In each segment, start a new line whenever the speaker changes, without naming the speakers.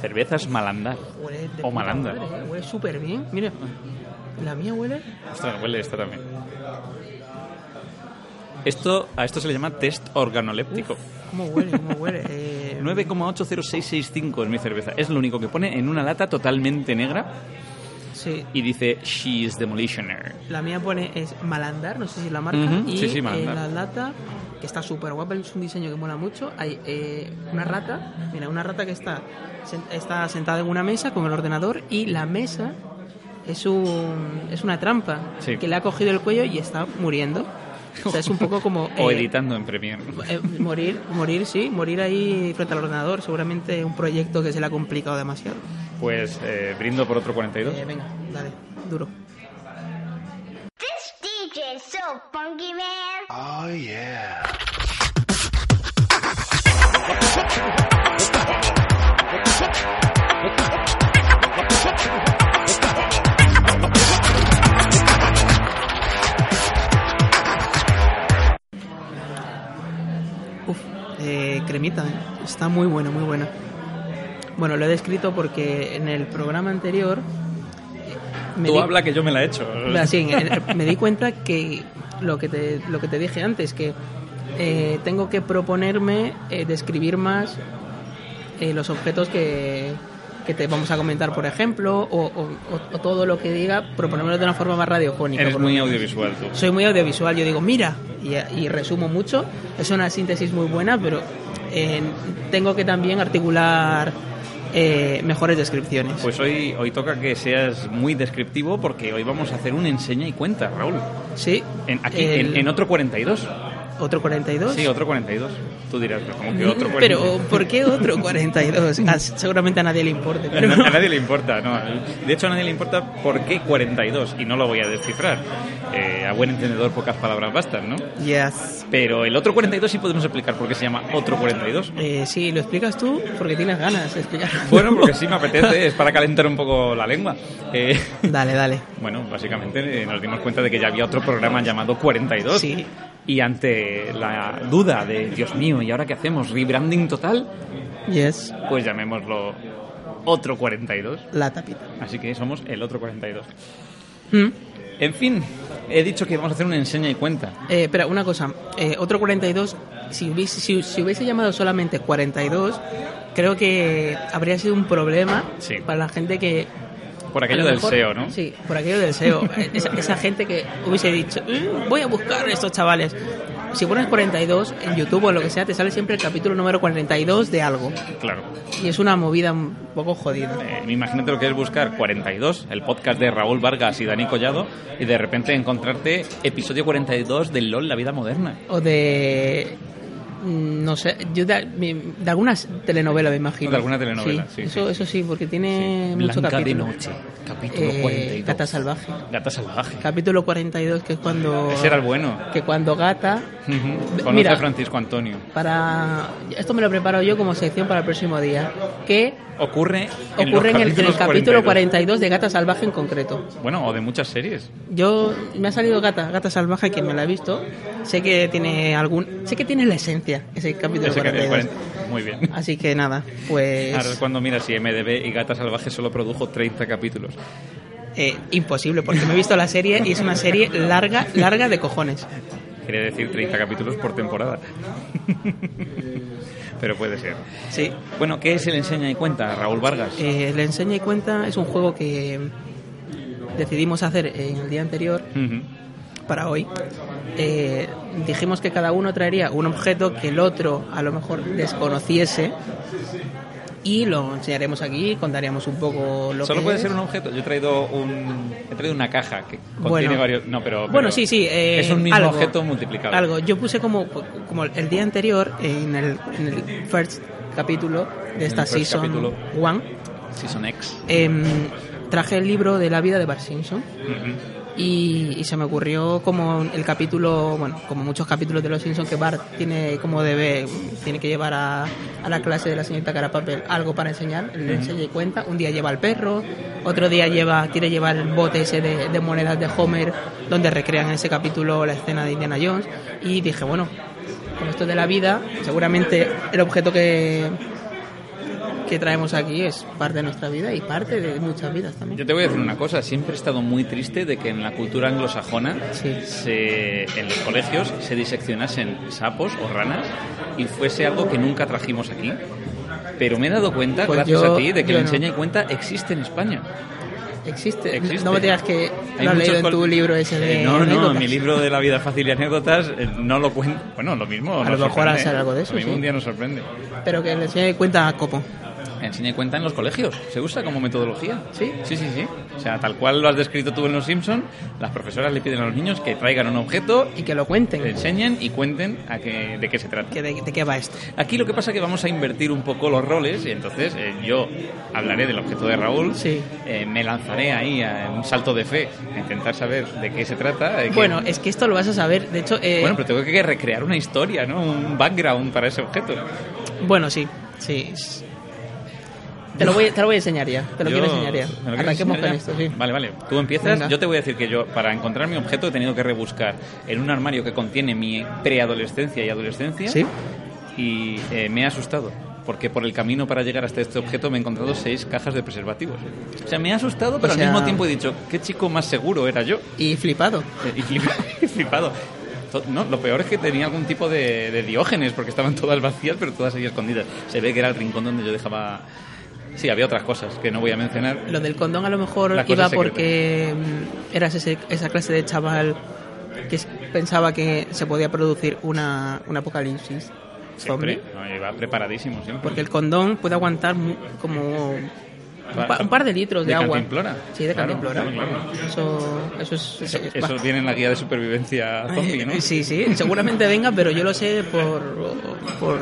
Cervezas malandar.
Huele de
O
puta
malanda.
madre, ¿eh? Huele súper bien. Mira, la mía huele.
Ostras, huele esta también. Esto, a esto se le llama test organoléptico.
¿Cómo huele? ¿Cómo huele? Eh,
9,80665 es mi cerveza. Es lo único que pone en una lata totalmente negra
Sí.
y dice She is Demolitioner.
La mía pone es Malandar, no sé si la marca.
Ujú,
Y
sí, sí,
eh,
Malandar.
la lata, que está súper guapa, es un diseño que mola mucho. Hay eh, una rata, mira, una rata que está, sen- está sentada en una mesa con el ordenador y la mesa es, un, es una trampa
Sí.
que le ha cogido el cuello y está muriendo. O sea, es un poco como...
O
eh,
editando en Premiere.
eh, morir, morir, sí, morir ahí frente al ordenador, seguramente un proyecto que se le ha complicado demasiado.
Pues eh, brindo por otro 42.
Eh, venga, dale, duro.
This DJ is so funky, man.
Uf, eh, cremita, eh. está muy buena, muy buena. Bueno, lo he descrito porque en el programa anterior... eh, me
Tú
di-
habla que yo me la he hecho.
Así, en- en- me di cuenta que lo que te, lo que te dije antes, que eh, tengo que proponerme eh, describir más eh, los objetos que, que te vamos a comentar, por ejemplo, o, o- o- o todo lo que diga, proponérmelo de una forma más radiofónica.
Eres
por lo
muy
menos.
audiovisual tú.
Soy muy audiovisual, yo digo, mira, y, y resumo mucho. Es una síntesis muy buena, pero eh, tengo que también articular eh, mejores descripciones.
Pues hoy, hoy toca que seas muy descriptivo porque hoy vamos a hacer un enseña y cuenta, Raúl.
sí,
En, aquí,
el-
en, en otro 42.
otro 42.
Sí, otro 42. Tú dirás, pero como que otro 42.
Pero, ¿por qué otro 42? Ah, seguramente a nadie le importe.
A
pero-
na- a nadie le importa, no. De hecho, a nadie le importa por qué 42, y no lo voy a descifrar. Eh, a buen entendedor, pocas palabras bastan, ¿no?
Yes.
Pero el otro 42 sí podemos explicar por qué se llama otro 42.
Eh, sí, lo explicas tú porque tienes ganas de explicarlo.
Bueno, porque sí me apetece, es para calentar un poco la lengua. Eh,
Dale, dale.
bueno, básicamente eh, nos dimos cuenta de que ya había otro programa llamado 42.
Sí.
Y ante la duda de, Dios mío, ¿y ahora qué hacemos? ¿Rebranding total?
Yes.
Pues llamémoslo otro 42.
La tapita.
Así que somos el otro 42.
Mm.
En fin, he dicho que vamos a hacer una enseña y cuenta.
Eh, espera, una cosa. Eh, otro 42, si hubiese, si, si hubiese llamado solamente 42, creo que habría sido un problema
Sí.
para la gente que...
Por
a
aquello
lo
del
mejor-
SEO, ¿no?
Sí, por aquello del SEO. Eh, esa, esa gente que hubiese dicho, "Mm, voy a buscar a estos chavales. Si pones 42 en YouTube o lo que sea, te sale siempre el capítulo número 42 de algo.
Claro.
Y es una movida un poco jodida.
Eh, imagínate lo que es buscar 42, el podcast de Raúl Vargas y Dani Collado, y de repente encontrarte episodio 42 del LOL, la vida moderna.
O de... mm, No sé, yo de, mi- de algunas telenovelas me imagino.
De alguna telenovela, sí,
Eso
sí,
eso sí, porque tiene Eh, mucho
Blanca de
capítulo.
noche, capítulo
Eh,
42.
Gata salvaje.
Gata salvaje.
Capítulo 42, que es cuando...
Ese era el bueno.
Que cuando Gata...
Ujú.
Ve-
Conoce
mira.
a Francisco Antonio.
Para... Esto me lo preparo yo como sección para el próximo día. Que
Ocurre en,
ocurre en el, en el
los
capítulo 42.
42.
de Gata Salvaje en concreto.
Bueno, o de muchas series.
Yo... Me ha salido Gata, Gata Salvaje, que me la he visto. Sé que tiene algún... Sé que tiene la esencia, ese capítulo
Ese que- el
42.
40. Muy bien.
Así que nada,
Ahora es
pues
cuando miras si MDB y Gata Salvaje solo produjo 30 capítulos.
eh, imposible, porque me he visto la serie y es una serie larga, larga de cojones.
Quería decir 30 capítulos por temporada. Pero puede ser.
Sí.
Bueno, ¿qué es el enseña y cuenta, Raúl Vargas?
Eh, la enseña y cuenta es un juego que decidimos hacer en el día anterior
Ujú.
para hoy. Eh, dijimos que cada uno traería un objeto que el otro a lo mejor desconociese y lo enseñaremos aquí, contaríamos un poco lo
Solo
que
puede
es.
ser un objeto. Yo he traído un he traído una caja que contiene
Bueno.
varios. No, pero,
Bueno,
pero
sí, sí. eh,
es un mismo
algo,
objeto multiplicado.
Algo. Yo puse como, como el día anterior, en el, en el first capítulo de esta
el first
season
capítulo.
one,
Season X.
em, traje el libro de la vida de Bart Simpson.
Ujú.
Y, y se me ocurrió como el capítulo, bueno, como muchos capítulos de Los Simpsons que Bart tiene como debe, tiene que llevar a, a la clase de la señorita Carapapel algo para enseñar, le enseña y cuenta, un día lleva al perro, otro día lleva, quiere llevar el bote ese de, de monedas de Homer, donde recrean en ese capítulo la escena de Indiana Jones, y dije, bueno, con esto de la vida, seguramente el objeto que que traemos aquí es parte de nuestra vida y parte de muchas vidas
Yo
también.
te voy a decir una cosa. Siempre he estado muy triste de que en la cultura anglosajona
Sí.
se- en los colegios se diseccionasen sapos o ranas y fuese algo que nunca trajimos aquí. Pero me he dado cuenta,
Pues
gracias
yo-
a ti, de que
yo
lo
no.
enseña y cuenta existe en España.
Existe.
Existe.
No me digas que
Hay
lo has
muchos
leído en
col-
tu libro ese de.
Eh, no, no,
anécdotas.
mi libro de la vida fácil y anécdotas eh, no lo cuento. Bueno, lo mismo.
A
nos
lo mejor
sorprende.
hacer algo de eso,
Lo mismo
sí.
un día nos sorprende.
Pero que le enseñe cuenta a Copo.
Enseña y cuenta en los colegios. Se usa como metodología.
¿Sí?
Sí, sí, sí. O sea, tal cual lo has descrito tú en Los Simpson, las profesoras le piden a los niños que traigan un objeto,
Y que lo cuenten.
le enseñen y cuenten a qué- de qué se trata.
Que de, de qué va esto?
Aquí lo que pasa es que vamos a invertir un poco los roles y entonces eh, yo hablaré del objeto de Raúl,
Sí.
eh, me lanzaré ahí a un salto de fe, a intentar saber de qué se trata. de qué-
Bueno, es que esto lo vas a saber. De hecho, eh,
Bueno, pero tengo que recrear una historia, ¿no? Un background para ese objeto.
bueno, sí. Sí. es- Te lo, voy, te lo voy a enseñar ya. Te lo
Yo-
quiero enseñar
¿me
ya.
lo quieres
Arranquemos
enseñar
con
ya?
esto, sí.
Vale, vale. Tú empiezas.
Venga.
Yo te voy a decir que yo, para encontrar mi objeto, he tenido que rebuscar en un armario que contiene mi preadolescencia y adolescencia.
Sí.
Y eh, me ha asustado. Porque por el camino para llegar hasta este objeto me he encontrado seis cajas de preservativos. O sea, me ha asustado, pero
O sea-
al mismo tiempo he dicho, ¿qué chico más seguro era yo? Eh,
Y flipado.
Y flipa- y flipado. To- No, lo peor es que tenía algún tipo de, de diógenes, porque estaban todas vacías, pero todas ahí escondidas. Se ve que era el rincón donde yo dejaba... Sí, había otras cosas que no voy a mencionar.
Lo del condón a lo mejor
La cosa
iba
secreta.
porque mm, eras ese- esa clase de chaval que s- pensaba que se podía producir una, un apocalipsis zombie.
Siempre. No, yo iba preparadísimo siempre.
Porque el condón puede aguantar mu- como un pa- un par de litros de,
De
agua.
cantimplora.
Sí, de
Claro,
cantimplora.
claro,
Eso, eso es.
Eso,
es-
eso
bah.
viene en la guía de supervivencia zombie, ¿no?
Sí, sí, seguramente venga, pero yo lo sé por, por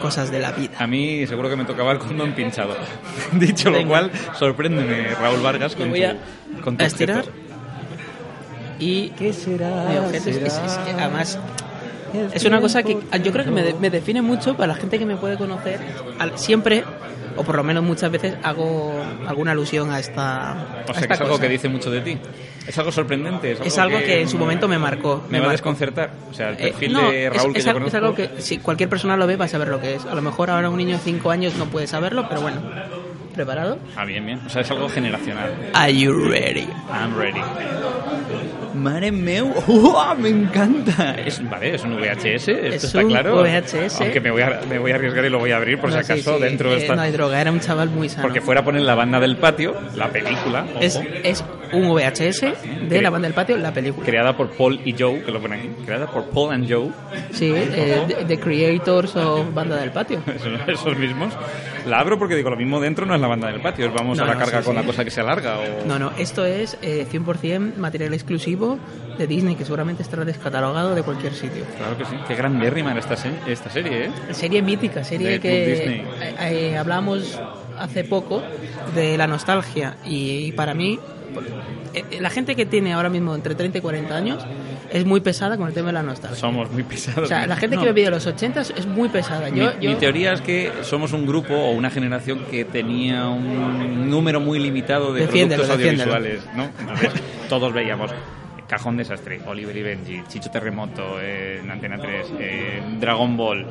cosas de la vida.
A mí seguro que me tocaba el condón pinchado. Dicho lo
Venga.
cual, sorpréndeme, Raúl Vargas,
Lo
con
voy
tu-
a,
con tu
a estirar.
objeto.
Y. ¿Qué será? además, es una cosa que ah, yo creo que me, de- me define mucho para la gente que me puede conocer. Al- siempre, o por lo menos muchas veces, hago alguna alusión a esta. a
O sea, que
esta
es algo
cosa.
que dice mucho de ti. Es algo sorprendente. Es algo,
Es algo que en su momento me marcó.
me va a
marcó.
desconcertar. O sea, el
Eh,
perfil
no,
de
es-
Raúl que
es,
yo
al- es
conozco.
algo que si cualquier persona lo ve va a saber lo que es. A lo mejor ahora un niño de 5 años no puede saberlo, pero bueno. ¿Preparado?
Ah, bien, bien. O sea, es algo generacional.
Are you ready?
I'm ready. Mare meu, ¡Uah! me encanta. Es, vale, es un VHS, esto
Es
está
un
claro.
VHS.
Aunque me voy, a, me voy a arriesgar y lo voy a abrir por
No,
si
sí,
acaso
sí,
dentro de
eh,
esta.
No hay droga, era un chaval muy sano.
Porque fuera a poner la banda del patio, la película, ojo,
Ah, es, es un VHS de
Cre-
La Banda del Patio, la película.
creada por Paul y Joe, que lo ponen aquí, creada por Paul and Joe,
Sí, eh, the, the Creators of Banda del Patio.
esos, esos mismos. La abro porque digo, lo mismo dentro no es la banda del patio, es vamos
No,
a la
no,
carga
sí,
con
sí.
la cosa que se alarga. O...
No, no, esto es eh, 100% material exclusivo de Disney, que seguramente estará descatalogado de cualquier sitio.
Claro que sí, qué grandérrima era esta, se- esta serie, ¿eh?
Serie mítica,
De
serie
Club Disney.
que eh, eh, hablamos hace poco de la nostalgia y, para mí eh, eh, la gente que tiene ahora mismo entre 30 y 40 años es muy pesada con el tema de la nostalgia.
Somos muy pesados.
O sea, la gente
No,
que vive los 80 es muy pesada. Yo,
mi,
yo-
mi teoría es que somos un grupo o una generación que tenía un número muy limitado de
Defiéndelo,
productos
defiéndelo.
audiovisuales, ¿no? Entonces, todos veíamos Cajón Desastre, Oliver y Benji, Chicho Terremoto, eh, en Antena 3, eh, Dragon Ball,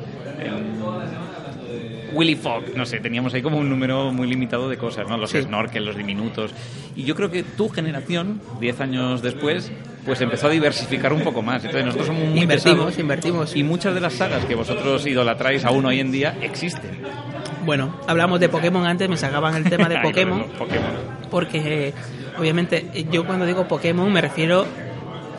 eh, Willy Fogg, no sé, teníamos ahí como un número muy limitado de cosas, ¿no? Los
Sí.
snorkel, los diminutos. Y yo creo que tu generación, 10 años después, pues empezó a diversificar un poco más. Entonces nosotros somos muy
Invertimos,
pesados.
invertimos.
Y muchas de las sagas que vosotros idolatráis aún hoy en día existen.
Bueno, hablamos de Pokémon antes, me sacaban el tema de
Ay, lo
Pokémon,
mismo, Pokémon.
porque eh, obviamente eh, yo cuando digo Pokémon me refiero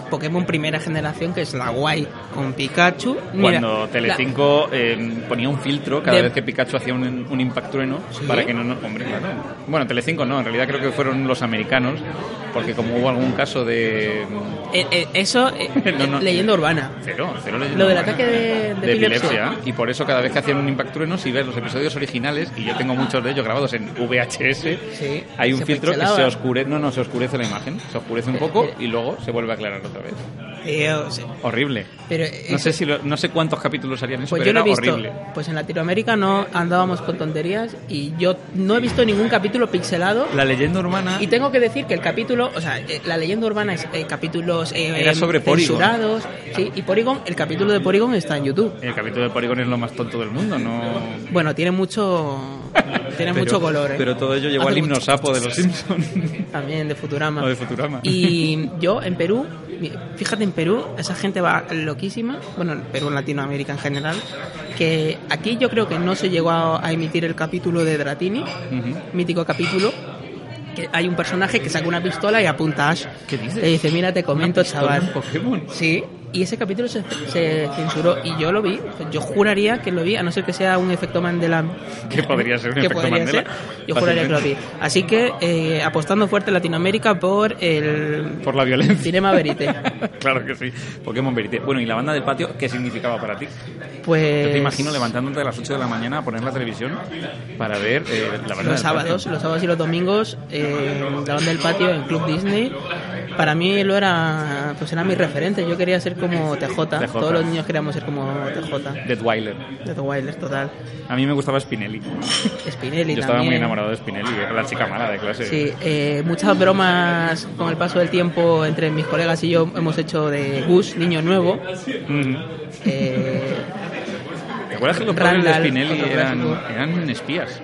Pokémon primera generación, que es la guay con Pikachu. Mira,
Cuando
la-
Telecinco eh, ponía un filtro cada
De-
vez que Pikachu hacía un, un impactrueno
¿Sí?
para que no, no- Hombre, claro. Bueno, Telecinco no, en realidad creo que fueron los americanos, porque como hubo algún caso de...
eh, eh, eso, eh,
No, no.
leyenda urbana.
Cero, cero leyenda
Lo del
urbana.
ataque de, de
de epilepsia y por eso cada vez que hacían un impactrueno si ves los episodios originales y yo tengo muchos de ellos grabados en VHS
Sí,
hay un
se
filtro que
pixelaba. Eh,
se oscurece no no se oscurece la imagen se oscurece un poco y luego se vuelve a aclarar otra vez
Tío, sí.
horrible
Eh, Pero
no
eso-
sé si lo- no sé cuántos capítulos harían eso
Eh, Pues
pero
yo lo he
era
visto.
horrible
Pues en Latinoamérica no andábamos con tonterías y yo no he visto ningún capítulo pixelado.
la leyenda urbana
Y tengo que decir que el capítulo, o sea, eh, la leyenda urbana es eh, capítulos eh,
Era sobre Porygon.
censurados, sí, y Porygon, el capítulo de Porygon está en YouTube.
el capítulo de Porygon es lo más tonto del mundo no
Bueno, tiene mucho tiene
Pero-
mucho color, ¿eh?
pero todo ello llevó
Hace
al himno
mucho-
sapo de los Simpsons
también de Futurama.
o de Futurama
Y yo en Perú, fíjate en Perú, esa gente va loquísima, bueno, en Perú, en Latinoamérica en general, que aquí yo creo que no se llegó a, a emitir el capítulo de Dratini,
Ujú.
mítico capítulo, que hay un personaje que saca una pistola y apunta a Ash.
¿Qué dices?
Le dice, mira, te comento,
Pistola en
chaval.
Pokémon
Sí, y ese capítulo se, se censuró y yo lo vi, yo juraría que lo vi, a no ser que sea un efecto Mandela.
que podría ser un
que
efecto
podría
Mandela
ser, yo juraría que lo vi. Así que eh, apostando fuerte Latinoamérica por el
por la violencia
Cinema Verite.
claro que sí, Pokémon Verité. Bueno, ¿y la banda del patio qué significaba para ti?
Pues
Yo te imagino levantándote a las 8 de la mañana a poner la televisión para ver eh, la banda
los
del
sábados, los sábados y los domingos eh, en la banda del patio en Club Disney. Para mí lo era, pues era mi referente. Yo quería ser como TJ.
TJ.
Todos los niños queríamos ser como TJ.
patio. Deadweiler.
De The Wilders, total.
A mí me gustaba Spinelli.
Spinelli
Yo estaba muy
también.
enamorado de Spinelli, era la chica mala de clase.
Sí, eh, muchas bromas con el paso del tiempo entre mis colegas y yo hemos hecho de Gus, niño nuevo.
Ujú.
Eh,
¿Te acuerdas que los padres de
Randall,
Spinelli
otro
eran,
clásico.
eran espías?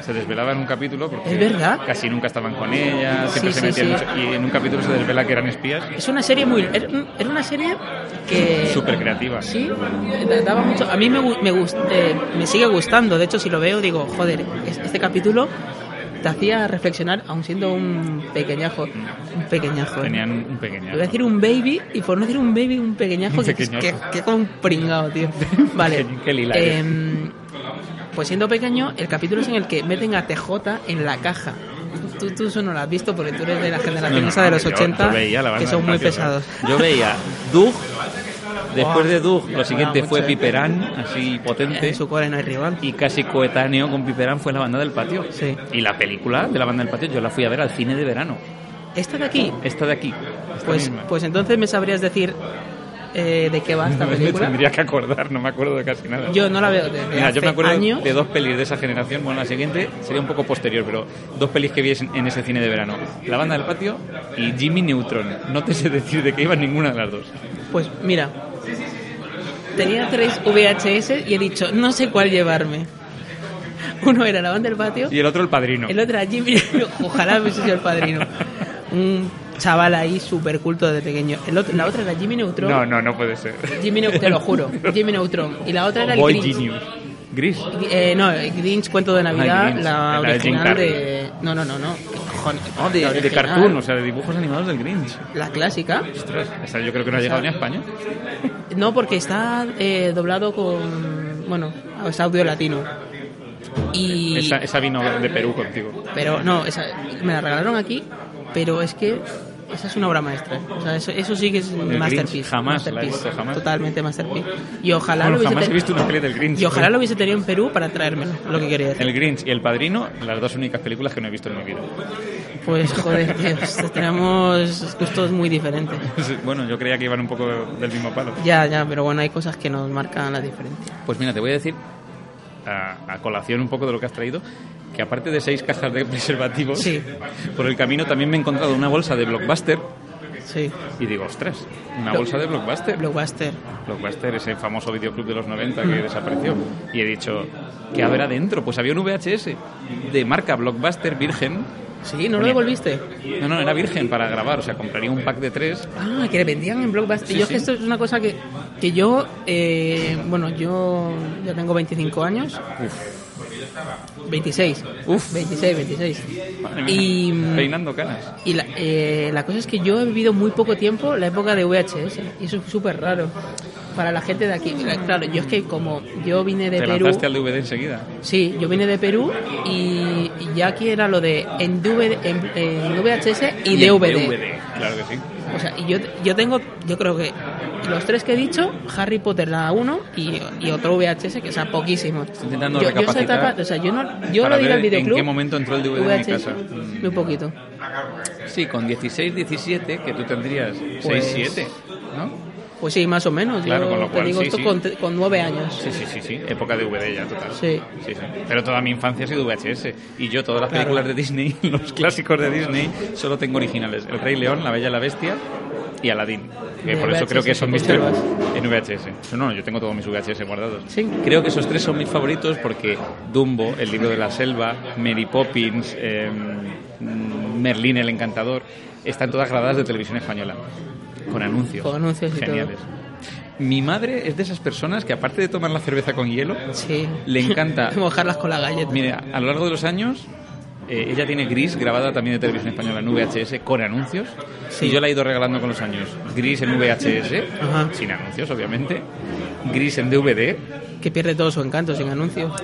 Se desvelaban un capítulo porque
Es verdad.
casi nunca estaban con ella, siempre
Sí,
se
sí,
metían
sí.
mucho- y en un capítulo se desvela que eran espías.
es una serie muy. Era era una serie que.
Súper creativa.
Sí, da- daba mucho. A mí me, gu- me, gust- eh, me sigue gustando. De hecho, si lo veo, digo, joder, es- este capítulo te hacía reflexionar, aun siendo un pequeñajo. Un pequeñajo. ¿eh?
Tenían un
Te
pequeñazo.
Voy a decir un baby, y por no decir un baby, un pequeñajo,
Un
que,
pequeñajo.
que, que como un pringao, tío. Vale.
Qué lila eres.
Em, pues siendo pequeño, el capítulo es en el que meten a TJ en la caja. Tú, tú eso no lo has visto porque tú eres de la generación esa de los
yo- yo
80
veía la banda
que son
del
muy
patio,
pesados.
¿no? Yo veía Doug, después de Doug, lo siguiente
mucho,
fue
eh.
Piperán, así potente,
En su core no hay rival.
y casi coetáneo con Piperán fue la banda del patio.
Sí.
Y la película de la banda del patio yo la fui a ver al cine de verano,
¿Esta de aquí?
esta de aquí. esta
Pues,
misma.
pues entonces me sabrías decir eh, de qué va esta
Me
película.
tendría que acordar, no me acuerdo de casi nada.
Yo no la veo desde
Mira,
hace
yo me acuerdo
años.
de dos pelis de esa generación. Bueno, la siguiente sería un poco posterior, pero dos pelis que vi en en ese cine de verano: La banda del patio y Jimmy Neutron. No te sé decir de qué iba ninguna de las dos.
Pues mira, tenía tres VHS y he dicho, no sé cuál llevarme. Uno era La Banda del Patio,
Y el otro, El Padrino.
el otro era Jimmy. Ojalá hubiese sido el padrino. Un chaval ahí súper culto de pequeño. El otro- la otra era Jimmy Neutron.
No, no, no puede ser.
Jimmy Neutron, te lo juro. Jimmy Neutron. Y la otra era el
Boy
Grinch.
Genius. Gris.
Eh, no, el Grinch, cuento de Navidad,
Ah, Grinch, la
la
de Jim
original
Carrey.
de... No, no, no, no. ¿Qué cojones?
No, de,
La
de
original.
cartoon, o sea, de dibujos animados del Grinch.
La clásica.
Ostras, esa yo creo que no ha llegado ni a España.
No, porque está eh, doblado con. Bueno, es audio latino. Y.
Esa, esa vino de Perú contigo.
Pero no, esa, me la regalaron aquí, pero es que. Esa es una obra maestra. ¿eh? O sea, eso, eso sí que es
Grinch
masterpiece.
jamás la he
masterpiece,
visto, jamás.
Totalmente masterpiece. Y ojalá
Bueno,
lo hubiese
jamás
ten-
he visto una peli del Grinch.
Y ojalá lo hubiese tenido en Perú para traérmelo, lo que quería decir.
El Grinch y El Padrino, las dos únicas películas que no he visto en mi vida.
Pues joder, tío, tenemos gustos muy diferentes.
Bueno, yo creía que iban un poco del mismo palo.
Ya, ya, pero bueno, hay cosas que nos marcan la diferencia.
Pues mira, te voy a decir, a, a colación un poco de lo que has traído, que aparte de seis cajas de preservativos,
Sí.
por el camino también me he encontrado una bolsa de Blockbuster
Sí,
y digo, ostras, una
Lo-
bolsa de Blockbuster.
Blockbuster.
Blockbuster, ese famoso videoclub de los 90 que desapareció. Y he dicho, ¿qué habrá dentro? Pues había un VHS de marca Blockbuster virgen.
Sí, ¿no lo
Ponía-
devolviste?
No, no, era virgen para grabar, o sea, compraría un pack de tres.
Ah, que le vendían en Blockbuster.
Sí,
yo es
sí.
que esto es una cosa que, que yo, eh, bueno, yo ya tengo 25 años. 26. Uf, 26, 26.
Madre mía.
Y,
Peinando canas.
y la, eh, la cosa es que yo he vivido muy poco tiempo la época de VHS. Y eso es súper raro para la gente de aquí. Mira, Claro, yo es que como yo vine de
Te
Perú...
lanzaste al DVD enseguida.
Sí, yo vine de Perú y, y ya aquí era lo de en, DVD, en, en VHS y,
en
DVD.
Claro que sí.
O sea, y yo, yo tengo, yo creo que los tres que he dicho, Harry Potter la 1 y, y otro VHS, que o sea, poquísimo. Estoy
intentando
yo, yo esa
recapacitar
etapa, o sea, yo no, yo
para
no ir
ver
al videoclub.
en qué momento entró el DVD en mi casa. Mm.
Muy poquito.
Sí, con 16, 17, que tú tendrías 6,
Pues-
7, ¿no?
Pues sí, más o menos.
Claro,
yo
con lo
te
cual,
digo
sí,
esto
sí.
Con, te- con nueve años.
Sí, sí, sí, sí, época de DVD ya, total.
Sí.
Sí, sí. Pero toda mi infancia ha sido VHS. Y yo todas las películas de Disney, los clásicos de Disney, solo tengo originales. El Rey León, La Bella y la Bestia y Aladdin. Que
De
por eso
VHS,
creo que son mis tres
conservas.
en VHS. No, no, yo tengo todos mis VHS guardados.
Sí.
Creo que esos tres son mis favoritos porque Dumbo, El libro de la selva, Mary Poppins, eh, mm, Merlín el encantador, están todas grabadas de televisión española. Con anuncios.
Con anuncios y todo.
Geniales. Mi madre es de esas personas que aparte de tomar la cerveza con hielo,
Sí.
le encanta.
Mojarlas con la galleta.
Mire, a lo largo de los años, eh, ella tiene Gris grabada también de televisión española en VHS con anuncios.
Sí.
Y yo la he ido regalando con los años. Gris en VHS,
Ajá.
sin anuncios, obviamente. Gris en DVD
Que pierde todo su encanto sin anuncio.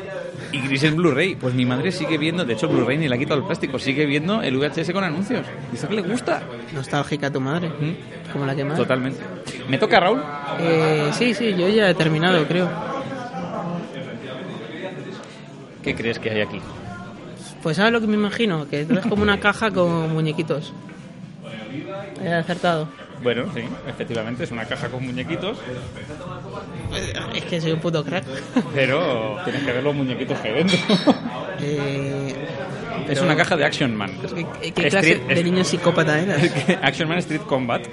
y Gris en Blu-ray. Pues mi madre sigue viendo, de hecho, Blu-ray ni la ha quitado el plástico, sigue viendo el VHS con anuncios. Dice que le gusta.
Nostálgica tu madre.
Mm.
Como la que más.
Totalmente. Me toca Raúl.
Eh, sí, sí, yo ya he terminado, creo.
¿Qué crees que hay aquí?
Pues ¿sabes lo que me imagino? Que tú ves como una caja con muñequitos. He acertado.
Bueno, sí, efectivamente, es una caja con muñequitos.
Es que soy un puto crack.
Pero tienes que ver los muñequitos que hay dentro.
Eh,
Es
pero-
una caja de Action Man.
¿Qué, qué clase
Street-
de niño psicópata eras?
es- Action Man Street Combat.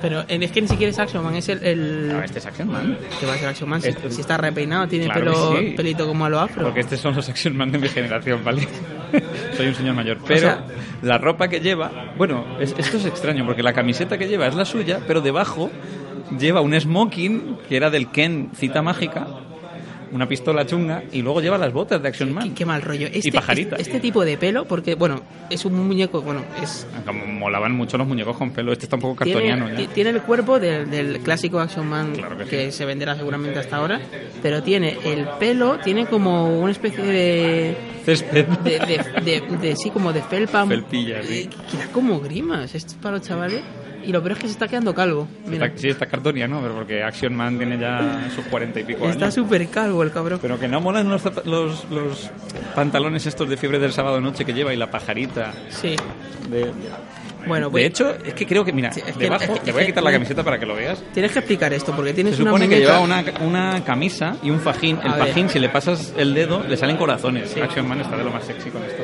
Pero eh, es que ni siquiera es Action Man, es el... el-
No, este es Action Man.
que va a ser Action Man? Si,
Este-
si está repeinado, tiene
Claro
pelo,
que sí.
pelito como a lo afro.
Porque estos son los Action Man de mi generación, ¿vale? Soy un señor mayor. Pero
sea-
la ropa que lleva. Bueno, es- esto es extraño porque la camiseta que lleva es la suya, pero debajo lleva un smoking que era del Ken Cita Mágica, una pistola chunga, y luego lleva las botas de Action Man.
Qué mal rollo. Este,
pajarita.
Este, este tipo de pelo, porque, bueno, es un muñeco, bueno, es...
Como molaban mucho los muñecos con pelo. Este está un poco cartoniano
Tiene,
ya.
ti- tiene el cuerpo del, del clásico Action Man
Claro que
que,
sí.
se venderá seguramente hasta ahora, pero tiene el pelo, tiene como una especie de...
Césped.
de, de, de- de- sí, como de felpa.
Felpilla, sí.
Eh, Que da como grimas, esto es para los chavales. Y lo peor es que se está quedando calvo. Mira,
Está- sí, está cartoniano, pero porque Action Man tiene ya sus cuarenta y pico
está
años.
súper calvo el cabrón.
Pero que no molan los, zapa- los, los pantalones estos de fiebre del sábado noche que lleva y la pajarita.
Sí.
De,
Bueno,
de
pues,
hecho, es que creo que, mira,
Sí, es que-
debajo,
es que-
le voy a quitar la
es que-
camiseta para que lo veas.
tienes que explicar esto porque
Se
tienes una
supone que
muñeca-
lleva una, una camisa y un fajín. El
A ver.
fajín, si le pasas el dedo, le salen corazones.
Sí.
Action Man está de lo más sexy con esto.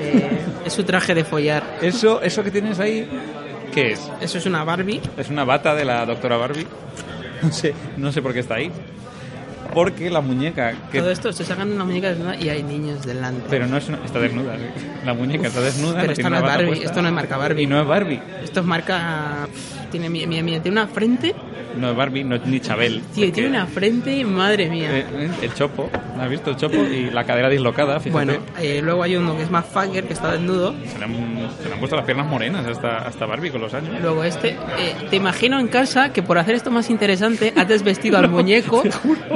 eh, es su traje de follar.
Eso, eso que tienes ahí, ¿qué es?
Eso es una Barbie.
Es una bata de la doctora Barbie. No sé, no sé por qué está ahí. Porque la muñeca que
Todo esto, se sacan una muñeca desnuda y hay niños delante.
Pero no es una, está desnuda, sí. La muñeca está desnuda. tiene
Pero esto no
una
es
bata
Barbie,
puesta.
esto no es marca Barbie.
Y no es Barbie,
Esto es marca... Tiene, mira, mira, mira, tiene una frente.
no es Barbie, no es ni Chabel.
Tío,
porque,
tiene una frente, madre mía.
eh, eh, el chopo, ¿has visto el chopo? Y la cadera dislocada, fíjate.
bueno, eh, luego hay uno que es más fucker, que está desnudo.
Se le, han, se le han puesto las piernas morenas hasta, hasta Barbie con los años.
Luego este, eh, te imagino en casa que por hacer esto más interesante has desvestido al muñeco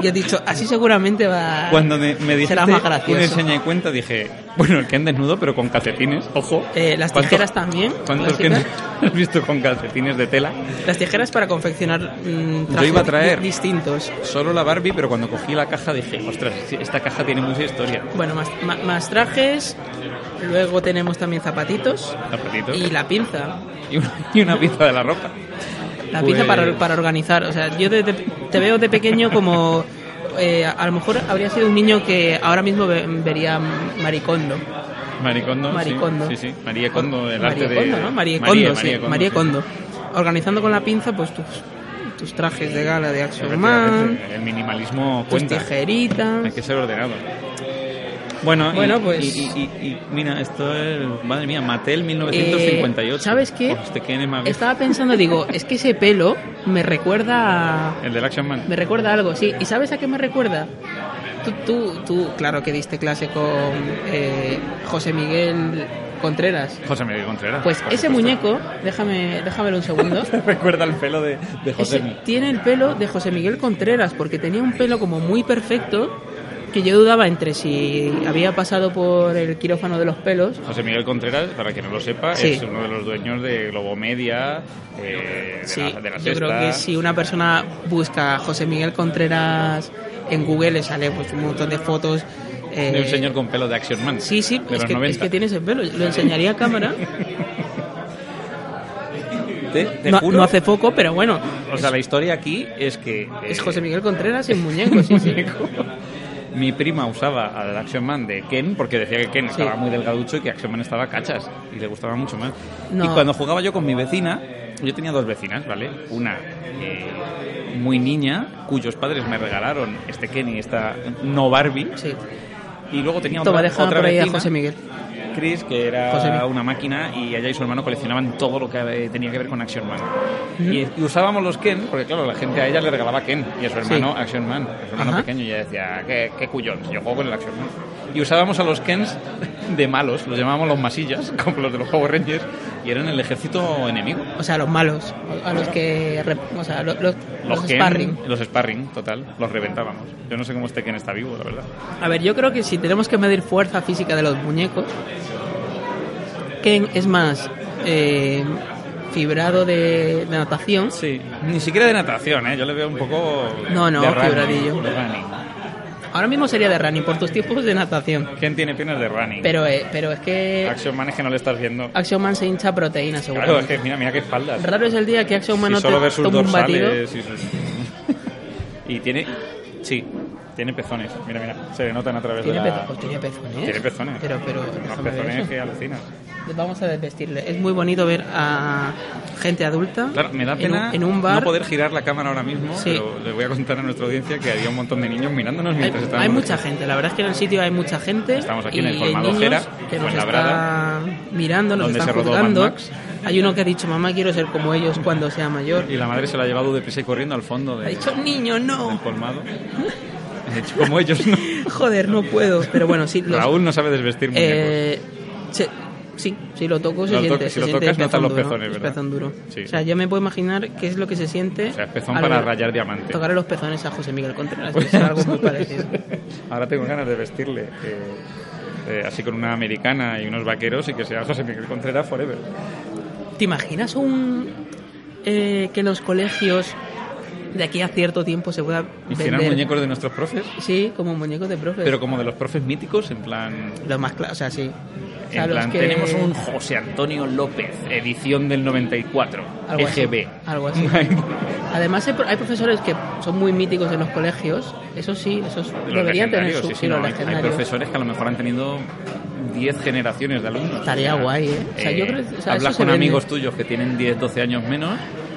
y has dicho, así seguramente va...
Cuando me, me dijiste
será más
una
gracioso.
enseña y cuenta, dije, bueno, el Ken desnudo, pero con calcetines, ojo.
Eh, las
¿Cuántos-
tijeras también.
¿Cuántos Ken
clásicas.
has visto con calcetines de tela?
Las tijeras para confeccionar mm,
Yo
trajes
iba a traer-
di- distintos.
Solo la Barbie, pero cuando cogí la caja dije, ostras, esta caja tiene mucha historia.
Bueno, más, ma- más trajes, luego tenemos también zapatitos
Zapatitos.
y la pinza.
y una, y una pinza de la ropa.
La
Pues-
pinza para, para organizar. O sea, yo de- de- te veo de pequeño como... eh, a lo mejor habría sido un niño que ahora mismo ve- vería Maricondo.
Maricondo. Ah, sí,
Maricondo.
Sí, sí. María Kondo, el arte
Marie
de.
Kondo, ¿no? Marie
Marie-
Kondo, sí,
Marie Kondo,
Marie
sí.
Kondo. Organizando con la pinza, pues tus, tus trajes de gala de Action Man,
Efectivamente, El minimalismo
tus
cuenta. Hay
tijeritas.
que ser ordenado. Bueno, y-
Bueno, pues-
y, y- y- y mira, esto es. Madre mía, Mattel 1958.
Eh, ¿Sabes qué?
Hostia, Pues, ¿quién es más viejo?
Estaba pensando, digo, es que ese pelo me recuerda a-
El del Action Man.
me recuerda a algo, sí. ¿Y sabes a qué me recuerda? tú, tú, tú, claro que diste clase con eh, José Miguel Contreras.
José Miguel Contreras.
Pues
por
ese
supuesto.
muñeco, déjame, déjamelo un segundo.
Recuerda el pelo de, de José
Ese
Miguel.
tiene el pelo de José Miguel Contreras, porque tenía un pelo como muy perfecto que yo dudaba entre si había pasado por el quirófano de los pelos.
José Miguel Contreras, para quien no lo sepa,
Sí.
es uno de los dueños de Globomedia, eh, de,
Sí,
la, de la
yo creo
Sexta.
que si una persona busca a José Miguel Contreras en Google le sale pues un montón de fotos. eh,
De un señor con pelo de Action Man.
Sí, sí,
de
es
los
que,
90.
es que tiene ese pelo. Lo enseñaría a cámara.
Te- te
No,
juro-
no hace poco, pero bueno.
O sea, la historia aquí es que... eh,
Es José Miguel Contreras en muñeco, sí, sí.
muñeco. Mi prima usaba al Action Man de Ken porque decía que Ken
Sí.
estaba muy delgaducho y que Action Man estaba cachas y le gustaba mucho más.
No.
Y cuando jugaba yo con mi vecina, yo tenía dos vecinas, ¿vale? Una eh, muy niña, cuyos padres me regalaron este Ken y esta no Barbie.
Sí.
Y luego tenía
Toma,
otra,
déjame
otra
por ahí a
vecina,
José Miguel.
Chris, que era
José Miguel.
una máquina y ella y su hermano coleccionaban todo lo que eh, tenía que ver con Action Man. Y, y usábamos los Ken, porque claro, la gente a ella le regalaba Ken y a su hermano
Sí.
Action Man. A su hermano
Ajá.
pequeño y ella decía, qué, qué cuyón, si yo juego con el Action Man. Y usábamos a los Kens de malos, los llamábamos los masillas, como los de los Power Rangers, y eran el ejército enemigo.
O sea, los malos. A los que. rep- O sea, lo- los, los
Ken,
sparring.
Los sparring, total. Los reventábamos. Yo no sé cómo este Ken está vivo, la verdad.
A ver, yo creo que si tenemos que medir fuerza física de los muñecos, Ken es más eh, fibrado de, de natación.
Sí. Ni siquiera de natación, ¿eh? Yo le veo un poco... de-
No, no,
de running,
quebradillo.
de running.
Ahora mismo sería de running por tus tipos de natación.
Ken tiene piernas de running.
Pero, eh, pero es que
Action Man es que no le estás viendo.
Action Man se hincha proteína,
Claro,
seguro.
es que mira, mira qué espaldas.
Raro es el día que Action Man
y
no
solo ver
te
sus
toma un batido.
dorsales. Y, sus- y tiene. Sí, tiene pezones. Mira, mira, se le notan a través
Tiene,
de la.
pezo- pues tiene pezones.
Tiene pezones.
Pero, pero,
Unos
déjame ver
pezones
eso.
que alucinas.
Vamos a desvestirle. Es muy bonito ver a gente adulta
Claro, me da
en un-
pena
en, un bar.
no poder girar la cámara ahora mismo,
Sí.
pero les voy a contar a nuestra audiencia que había un montón de niños mirándonos
Hay,
mientras estábamos.
hay mucha gente, la verdad es que en el sitio hay mucha gente.
Estamos aquí
y
en el
hay
Colmado
niños
Ojera,
que nos
Fuenlabrada,
están mirando, nos
donde
están
se rodó Mad
juzgando.
Max.
Hay uno que ha dicho, mamá, quiero ser como ellos cuando sea mayor.
Y la madre se la ha llevado deprisa y corriendo al fondo de,
Ha dicho, niño,
del
no.
colmado. De hecho, como ellos no.
Joder, no puedo. Pero bueno, sí, los-
Raúl no sabe desvestir muñecos.
eh, se- sí, si lo toco se
Lo to-
siente.
si
se
lo
siente
tocas, notas
pezón
los
duro,
pezones,
es
¿verdad?
pezón duro.
Sí.
O sea, ya me puedo imaginar qué es lo que se siente.
O sea, es pezón
al
para
ver-
rayar diamante.
Tocar los pezones a José Miguel Contreras, que es algo muy parecido.
Ahora tengo ganas de vestirle eh, eh, así con una americana y unos vaqueros y que sea José Miguel Contreras forever.
¿Te imaginas un eh, que los colegios de aquí a cierto tiempo se pueda
Hicieran
vender- Pues-
muñecos de nuestros profes,
Sí, como muñecos de profes.
pero como de los profes míticos, en plan...
Lo más claro, o sea, sí. O sea,
En
los
plan,
que-
tenemos un José Antonio López, edición del 94,
Algo así,
EGB.
algo así. Además, hay, hay profesores que son muy míticos en los colegios. Eso sí, eso es-
Los
deberían tener
legendarios,
su
sí, sí,
sí, los
no, hay- hay,
legendarios.
profesores que a lo mejor han tenido 10 generaciones de alumnos.
Estaría
O sea,
guay, ¿eh? O sea, yo creo- o sea,
hablas
eso se
con
vende.
amigos tuyos que tienen 10, 12 años menos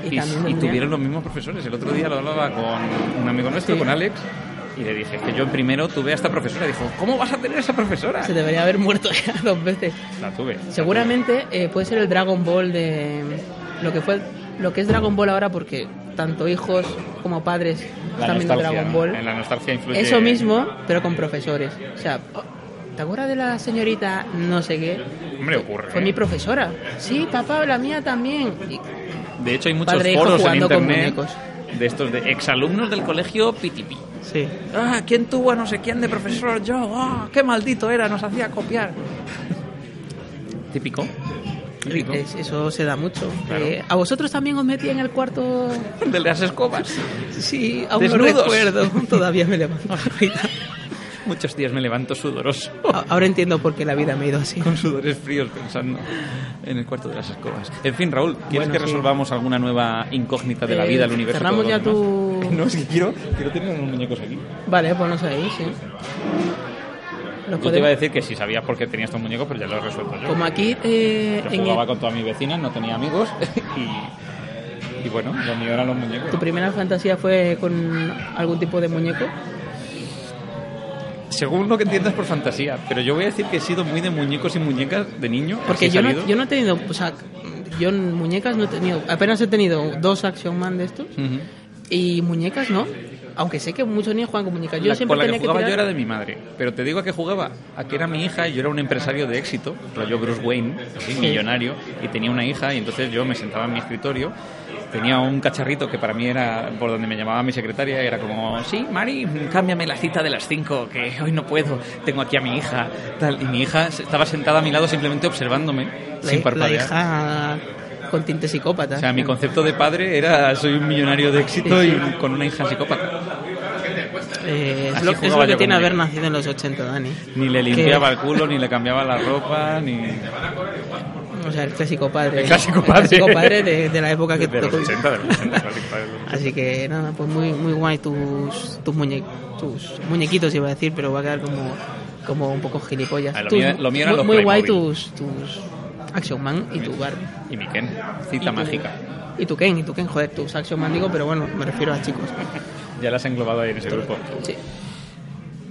Y
y,
también
y
vendrían.
tuvieron los mismos profesores. El otro día lo hablaba con un amigo nuestro,
Sí.
con Alex, y le dije, es que yo primero tuve a esta profesora. Dijo, ¿cómo vas a tener a esa profesora?
Se debería haber muerto ya dos veces.
La tuve. la
Seguramente eh, puede ser el Dragon Ball de lo que fue lo que es Dragon Ball ahora porque tanto hijos como padres
tuve. La
están viendo
nostalgia,
Dragon
¿no?
Ball.
En la nostalgia influye...
Eso mismo, pero con profesores. O sea, oh, ¿te acuerdas de la señorita no sé qué?
Hombre, ocurre.
Fue
¿eh?
mi profesora. Sí, papá, la mía también. Y-
De hecho, hay muchos
Padre e hijo
foros en
jugando con
internet
muñecos.
de estos de exalumnos del colegio Pitipi.
sí.
Ah, ¿quién tuvo a no sé quién de profesor? Yo, ah, qué maldito era, nos hacía copiar. Típico. Típico.
Es- eso se da mucho.
Claro.
Eh, ¿A vosotros también os metí en el cuarto?
Del de las escobas.
Sí, aún
Desnudos.
lo recuerdo. Todavía me levanto ahorita.
Muchos días me levanto sudoroso,
A- Ahora entiendo por qué la vida me ha ido así.
con sudores fríos pensando en el cuarto de las escobas. En fin, Raúl, ¿quieres
Bueno,
que
sí.
resolvamos alguna nueva incógnita de la
Eh,
vida, del universo?
cerramos
todos los
ya tu-
demás? No, es que quiero, quiero tener unos muñecos aquí.
Vale, ponlos ahí, sí. Los
Yo te iba a
podemos...
decir que si sabías por qué tenía estos muñecos, pero ya lo he resuelto yo.
Como aquí eh,
Yo
en
jugaba
el-
con todas mis vecinas, no tenía amigos y, y bueno, lo mío eran los muñecos.
tu primera fantasía fue con algún tipo de muñeco.
Según lo que entiendas por fantasía, pero yo voy a decir que he sido muy de muñecos y muñecas de niño.
Porque
así
yo no,
salido.
yo no he tenido, o sea, yo en muñecas no he tenido, apenas he tenido dos Action Man de estos
Ujú.
y muñecas no. Aunque sé que muchos niños juegan con muñecas. Yo
La-
siempre
con la que
tenía
jugaba
tirar-
yo era de mi madre, pero te digo a que jugaba, a que era mi hija y yo era un empresario de éxito, yo Bruce Wayne, así, millonario, y tenía una hija y entonces yo me sentaba en mi escritorio, tenía un cacharrito que para mí era por donde me llamaba mi secretaria, y era como, sí, Mari, cámbiame la cita de las 5, que hoy no puedo, tengo aquí a mi hija, tal, y mi hija estaba sentada a mi lado simplemente observándome,
la,
sin
hi- la
parpadear.
hija con Eh, tinte psicópata.
O sea, mi concepto de padre era soy un millonario de éxito y con una hija psicópata.
Eh, es
Así
lo, es lo
jugaba
que
yo
tiene
con
haber
ella.
nacido en los 80, Dani.
Ni le limpiaba el culo, ni le cambiaba la ropa, ni...
O sea, el clásico padre.
El clásico padre.
El clásico padre de, de la época que
De los
tocó.
80, de los 80, clásico padre de los 80.
Así que nada, pues muy, muy guay tus, tus, muñe- tus muñequitos, iba a decir, pero va a quedar como, como un poco gilipollas.
Ah, lo
Tus-
mío- lo mío eran
muy,
los
muy guay
Playmobil.
tus, tus Action Man y tu Barbie.
Y mi Ken,
Y
cita
tu-
mágica.
Y tu Ken, y tu Ken, joder, tus Action Man digo, pero bueno, me refiero a chicos.
Ya las he englobado ahí en ese grupo.
Sí,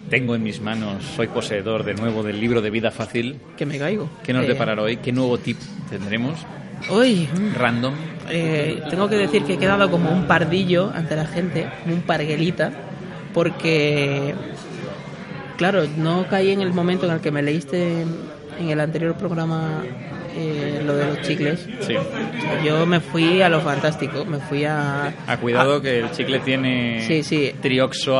Tengo en mis manos, soy poseedor de nuevo del libro de vida fácil.
que me caigo.
¿Qué nos
Eh,
deparará hoy? ¿Qué nuevo tip tendremos?
Uy, mm,
Random.
eh, tengo que decir que he quedado como un pardillo ante la gente, como un parguelita, porque, claro, no caí en el momento en el que me leíste en el anterior programa eh, lo de los chicles.
Sí.
O sea, Yo me fui a lo fantástico, me fui a...
A cuidado que el chicle tiene
Ah. Sí, sí.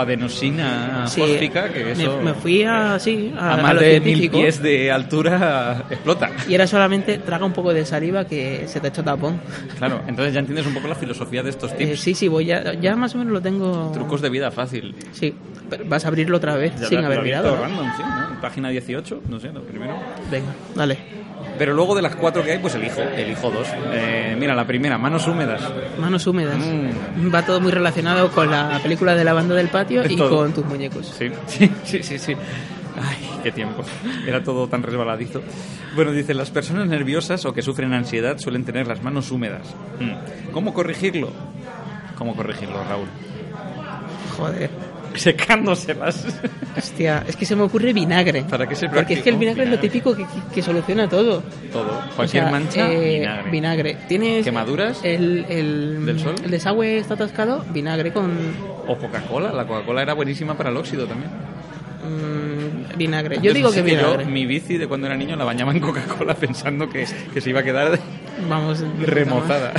trioxoadenosina
sí,
fósfica, que
me-
eso
me, fui a... Sí, a,
a
a
más
lo
de mil
científico.
pies de altura explota.
Y era solamente traga un poco de saliva que se te ha hecho tapón.
Claro, entonces ya entiendes un poco la filosofía de estos
Eh,
tips.
sí, sí, voy ya, ya más o menos lo tengo.
Trucos de vida fácil.
Sí, pero vas a abrirlo otra vez
Ya
sin
lo-
haber
lo he visto
mirado. ¿no?
random, sí, ¿no? Página 18, no sé, lo primero.
Venga, dale.
Pero luego de las cuatro que hay, pues elijo, elijo dos. Eh, mira, la primera, manos húmedas.
Manos húmedas.
Mm.
Va todo muy relacionado con la película de la banda del patio
Es
y
todo.
con tus muñecos.
Sí, sí, sí, sí. sí. Ay, qué tiempo. Era todo tan resbaladizo. Bueno, dice, las personas nerviosas o que sufren ansiedad suelen tener las manos húmedas. Mm. ¿Cómo corregirlo? ¿Cómo corregirlo, Raúl?
Joder.
Secándoselas.
Hostia, es que se me ocurre vinagre.
Para que se
Porque es que el
practique,
vinagre,
¿no?
es lo típico que, que soluciona todo.
Todo.
O
Cualquier
sea,
mancha,
eh,
vinagre.
Tienes
¿Quemaduras?
El, el,
¿Del sol?
el desagüe está atascado, vinagre con
O Coca-Cola. La Coca-Cola era buenísima para el óxido también.
mm, vinagre. Yo
Entonces,
digo
sí
que
yo,
vinagre.
mi bici de cuando era niño la bañaba en Coca-Cola pensando que, que se iba a quedar
Vamos.
remozada.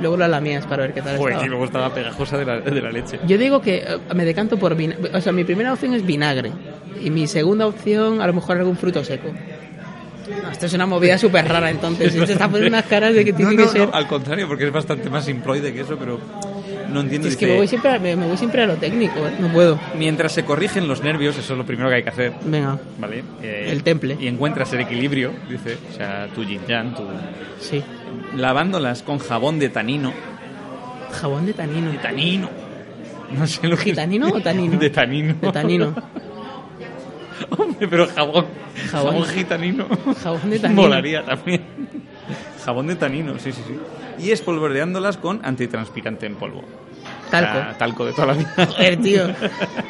Luego la lamías para ver qué tal
Joder,
estaba.
Pues sí, luego estaba pegajosa de la, de la leche.
Yo digo que eh, me decanto por vinagre. O sea, mi primera opción es vinagre. Y mi segunda opción, a lo mejor algún fruto seco. No, esto es una movida súper rara, entonces. Se está poniendo Pues unas caras de que tiene
no,
que
no,
ser.
no, al contrario, porque es bastante más simploide que eso, pero no entiendo.
es que
dice,
me voy, siempre a, me, me voy siempre a lo técnico, eh, no puedo.
Mientras se corrigen los nervios, eso es lo primero que hay que hacer,
Venga,
¿vale? Eh,
El temple.
Y encuentras el equilibrio, dice, o sea, tu yin yang, tu...
sí.
Lavándolas con jabón de tanino.
Jabón de tanino.
De tanino. No sé lo que...
¿Gitanino o tanino?
De tanino.
De tanino.
Hombre, pero jabón.
Jabón.
Jabón, gitanino.
Jabón de tanino.
Molaría también. Jabón de tanino, sí, sí, sí. Y espolvoreándolas con antitranspirante en polvo.
Talco.
O sea, talco de toda la vida.
Joder, tío.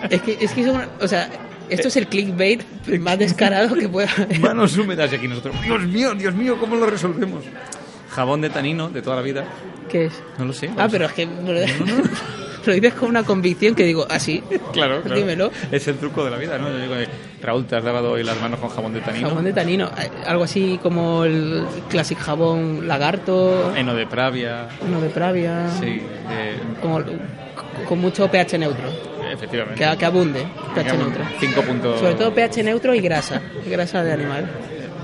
Es que, es que es una- O sea, esto es el clickbait más descarado que pueda haber.
Manos húmedas y aquí nosotros. Dios mío, Dios mío, ¿cómo lo resolvemos? Jabón de tanino de toda la vida.
¿Qué es?
No lo sé.
Ah,
vamos a-
pero es que lo dices con una convicción que digo, así.
Claro, claro.
Dímelo.
Es el truco de la vida, ¿no? Yo digo, eh, Raúl, te has lavado hoy las manos con jabón de tanino.
Jabón de tanino, eh, algo así como el classic jabón lagarto,
Heno de pravia.
uno de pravia,
Sí, eh,
como- con mucho pH neutro,
efectivamente.
que, que abunde, pH neutro.
Cinco puntos.
Sobre todo pH neutro y grasa, grasa de animal.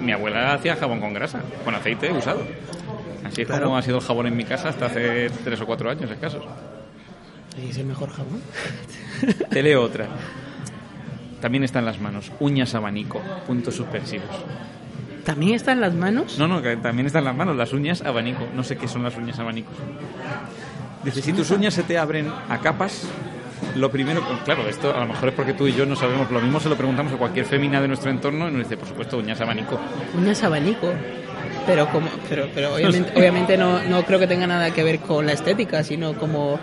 Mi abuela hacía jabón con grasa, con aceite usado. Así es como ha sido el jabón en mi casa hasta hace tres o cuatro años escasos.
¿Y ¿Es el mejor jabón?
Te leo otra. También está en las manos. Uñas abanico, puntos suspensivos.
¿También está en las manos?
No, no, que también están las manos, las uñas abanico. No sé qué son las uñas abanico. Dice, si tus uñas se te abren a capas, lo primero, claro, esto a lo mejor es porque tú y yo no sabemos, lo mismo se lo preguntamos a cualquier fémina de nuestro entorno y nos dice, por supuesto, uñas abanico.
Unas abanico. Pero como, pero, pero obviamente, obviamente no, no creo que tenga nada que ver con la estética, sino como,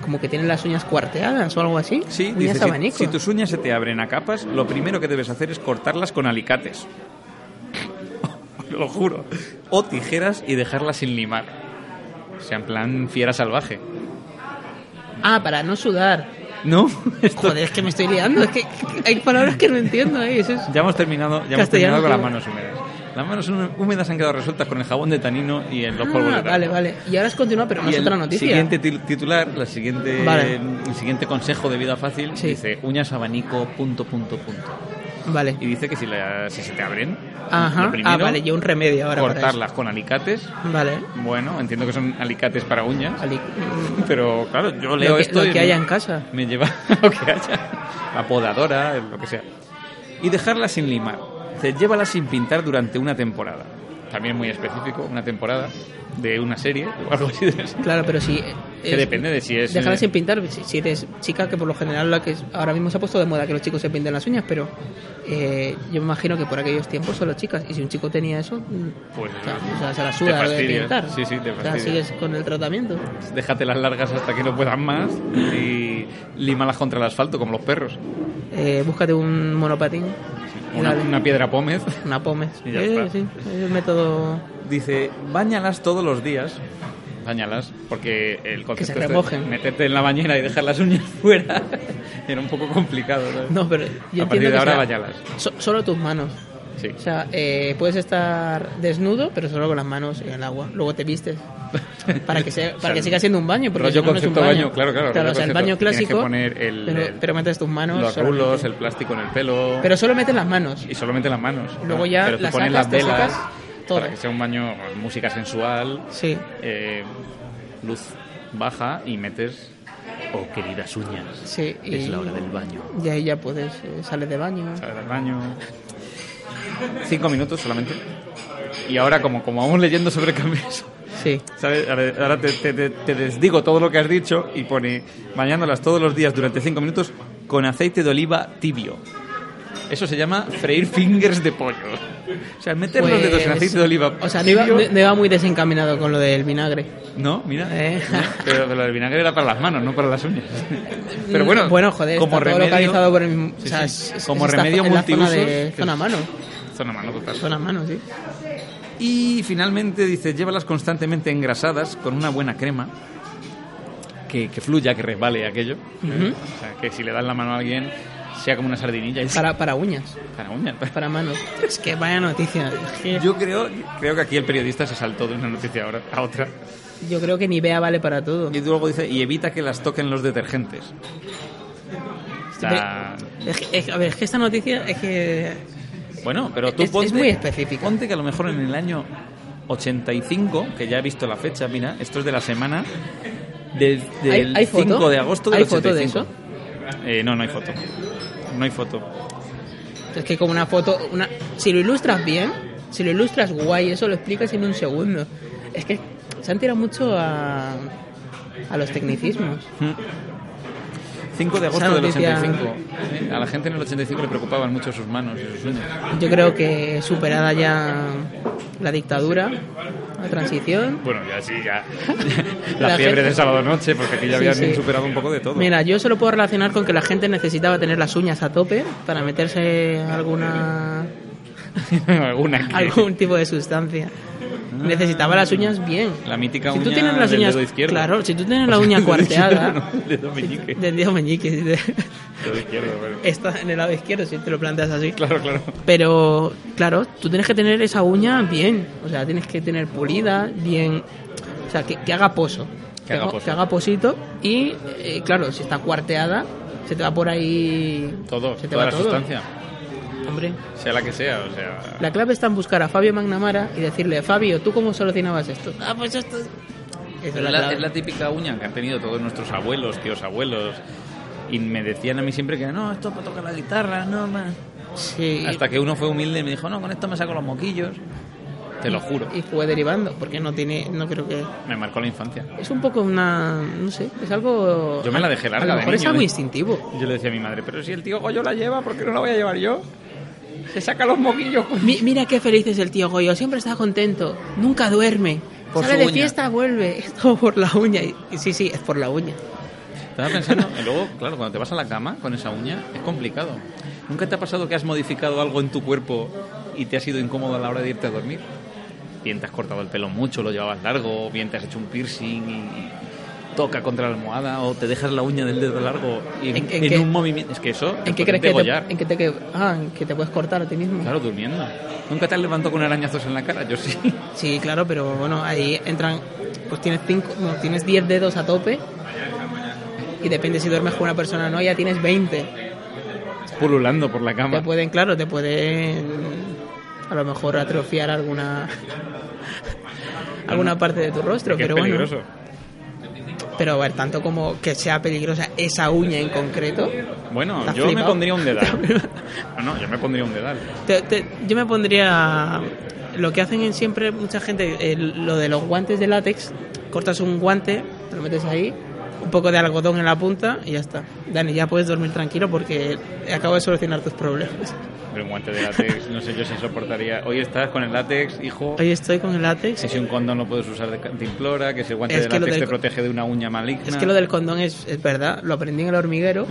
como que tienen las uñas cuarteadas o algo así.
Sí,
uñas
dice, si-
abanico.
Si, tus uñas se te abren a capas, lo primero que debes hacer es cortarlas con alicates. lo juro. O tijeras y dejarlas sin limar. O sea, en plan fiera salvaje.
Ah, para no sudar.
¿No? Esto-
Joder, es que me estoy liando. Es que hay palabras que no entiendo ahí. Eso es...
Ya hemos terminado, ya hemos
Castellano
terminado con las
como-
manos húmedas. Las manos húmedas han quedado resueltas con el jabón de tanino y en los polvos de
Ah,
talco.
vale, vale. Y ahora es continúa, pero no
Y
es
el
otra noticia.
siguiente til- titular, la siguiente,
Vale.
el siguiente consejo de vida fácil
Sí.
dice uñas abanico punto punto punto
Vale.
y dice que si, la- si se te abren,
Ajá.
lo primero,
Ah, vale, yo un remedio ahora. para
cortarlas con alicates.
eso. Vale.
Bueno, entiendo que son alicates para uñas,
Ali- mm,
pero claro, yo leo
lo que,
esto
lo
y
que
me-
haya en casa.
me lleva lo que haya, la podadora, lo que sea. Y dejarla sin limar. Se llévala sin pintar durante una temporada. También muy específico, una temporada de una serie o algo así. de-
Claro, pero si.
Que depende de si es,
Dejarla
eh,
sin pintar. Si, si eres chica, que por lo general la que es- ahora mismo se ha puesto de moda que los chicos se pinten las uñas, pero eh, yo me imagino que por aquellos tiempos solo chicas. Y si un chico tenía eso, mm,
Pues
o sea, o sea, se la
te
suda de
fastidias.
pintar.
Sí, sí, te
O sea,
fastidias.
sigues con el tratamiento.
déjate las largas hasta que no puedan más y límalas contra el asfalto como los perros.
Eh, búscate un monopatín,
Una,
Dale.
una piedra pómez.
una pome.
Y ya
Eh,
está.
sí, es el método
Dice, bañalas todos los días. Báñalas, porque el concepto
se
este de
remojen.
meterte en la bañera y dejar las uñas fuera era un poco complicado. ¿sabes?
No, pero yo
A partir
entiendo
de
que
ahora,
sea
bañalas.
so- solo tus manos.
Sí.
O sea, eh, puedes estar desnudo, pero solo con las manos en el agua. Luego te vistes. Para que, sea,
O sea,
para que siga siendo un baño. Porque
rollo
si no, no es un
concepto
baño.
baño, claro, claro, rollo
o sea, el
concepto.
baño
Tienes que
clásico.
poner el-
pero,
el-
pero metes tus manos.
Los
solamente.
rulos, el plástico en el pelo.
Pero solo metes las manos.
Y solamente las manos.
Luego ya
Pero tú
las
pones
sacas,
las
te
velas
sacas
para
todo.
que sea un baño con música sensual,
Sí.
eh, luz baja y metes. Oh, queridas uñas.
Sí, y-
Es la hora del baño.
Y ahí ya puedes. eh, sales de baño.
Sales del baño. Cinco minutos solamente. Y ahora, como, como vamos leyendo sobre cambios.
Sí.
¿Sabes? Ahora- Ahora te, te- te- te desdigo todo lo que has dicho y pone bañándolas todos los días durante 5 minutos con aceite de oliva tibio. Eso se llama freír fingers de pollo. O sea, meter los dedos en
Pues,
aceite de oliva
O sea, no iba,
tibio.
no iba muy desencaminado con lo del vinagre.
No, mira.
Eh.
No, pero pero el vinagre era para las manos, no para las uñas. Pero bueno,
joder,
como
está todo
remedio.
localizado por el,
Sí,
o sea,
sí.
es- es-
como
está
remedio
en la zona
multiusos.
de-
que-
zona mano,
Zona mano, total.
zona mano, sí.
Y finalmente dice, llévalas constantemente engrasadas con una buena crema que, que fluya, que resbale aquello.
Ujú.
O sea, que si le das la mano a alguien sea como una sardinilla y
Para, para uñas,
para uñas.
para manos. Es que vaya noticia. es que Yo,
Yo creo, creo que aquí el periodista se saltó de una noticia ahora a otra.
creo que ni vea vale para todo.
Y luego dice, y evita que las toquen los detergentes. O sea,
Es que, es- a ver, es que esta noticia es que...
bueno, pero tú
Es- es
ponte...
muy específica.
Ponte que a lo mejor en el año 85, que ya he visto la fecha, mira, esto es de la semana del, del
¿Hay- hay foto?
5 de agosto del
¿Hay foto de
85. Eh, no, no hay foto. No hay foto.
Es que como una foto... Una, si lo ilustras bien, si lo ilustras guay, eso lo explicas en un segundo. Es que se han tirado mucho a, a los tecnicismos.
5 de agosto
Esa
del
noticia-
85. Eh, A la gente en el 85 le preocupaban mucho sus manos y sus uñas.
Yo creo que superada ya la dictadura, la transición,
Bueno, ya sí, ya. la,
La
fiebre
gente-
de sábado noche, porque aquí ya
Sí,
habían
sí.
superado un poco de todo.
Mira, yo se lo puedo relacionar con que la gente necesitaba tener las uñas a tope para meterse alguna
Alguna que-
algún tipo de sustancia. Necesitaba las uñas bien.
Ah. La mítica
si tú
uña
tienes las
del
uñas,
dedo izquierdo.
Claro, si tú tienes la
O sea,
uña
del dedo
cuarteada
izquierdo, no, del dedo meñique.
del dedo meñique, si te-
Dedo izquierdo, bueno.
está en el lado izquierdo si te lo planteas así.
Claro, claro.
Pero, claro, tú tienes que tener esa uña bien. O sea, tienes que tener pulida, bien. O sea, que, que haga pozo.
Que haga pozo.
que haga posito. Y, eh, claro, si está cuarteada, se te va por ahí.
Todo,
se te
toda
va
la
todo.
sustancia.
Hombre.
Sea la que sea, o sea.
La clave está en buscar a Fabio Magnamara y decirle, Fabio, ¿tú cómo solucionabas esto? Ah, pues esto. Esa
Pero
es
es, la,
clave.
es la típica uña que han tenido todos nuestros abuelos, tíos abuelos. Y me decían a mí siempre que no, esto para tocar la guitarra, no más.
Sí.
Hasta que uno fue humilde y me dijo, no, con esto me saco los moquillos. Te lo juro.
Y fue derivando, porque no tiene. No creo que.
Me marcó la infancia.
Es un poco una. No sé, es algo.
Yo me la dejé larga
A lo
de
mejor es
niño,
algo
¿eh?
instintivo.
Yo le decía a mi madre, pero si el tío Goyo la lleva, ¿por qué no la voy a llevar yo? Se saca los moquillos. con-
Mi- mira qué feliz es el tío Goyo, siempre está contento, nunca duerme.
Por
Sale
su
de
uña.
fiesta, vuelve. Es todo por la uña. Y, y sí, sí, es por la uña.
Estaba pensando, y luego, claro, cuando te vas a la cama con esa uña, es complicado. ¿Nunca te ha pasado que has modificado algo en tu cuerpo y te ha sido incómodo a la hora de irte a dormir? Bien te has cortado el pelo mucho, lo llevabas largo, bien te has hecho un piercing y, toca contra la almohada o te dejas la uña del dedo largo y en,
¿En- en qué-
un movimiento. Es que eso.
¿En qué
pueden
crees que
degollar.
te, en qué te, que- ah, en que te puedes cortar a ti mismo?
Claro, durmiendo. ¿Nunca te has levantado con arañazos en la cara? Yo sí.
Sí, claro, pero bueno, ahí entran, pues tienes cinco, no, tienes 10 dedos a tope y depende si duermes con una persona o no, ya tienes 20.
Pululando por la
Te
cama.
pueden, claro, te pueden a lo mejor atrofiar alguna alguna parte de tu rostro,
que
pero
es
bueno.
peligroso.
Pero a ver, tanto como que sea peligrosa esa uña en concreto,
Bueno,
¿Estás
yo me
flipado?
pondría un dedal. Ah, no, yo me pondría un dedal.
te- te- yo me pondría lo que hacen en siempre mucha gente, eh, lo de los guantes de látex, cortas un guante, te lo metes ahí, un poco de algodón en la punta y ya está. Dani, ya puedes dormir tranquilo porque acabo de solucionar tus problemas.
Pero un guante de látex, no sé yo si soportaría. Hoy estás con el látex, hijo.
Hoy estoy con el látex.
Que si un condón lo puedes usar de cantimplora, que si el guante
Es
de
que lo
látex
del
te
co-
protege de una uña maligna.
Es que lo del condón es, es verdad, lo aprendí en el hormiguero,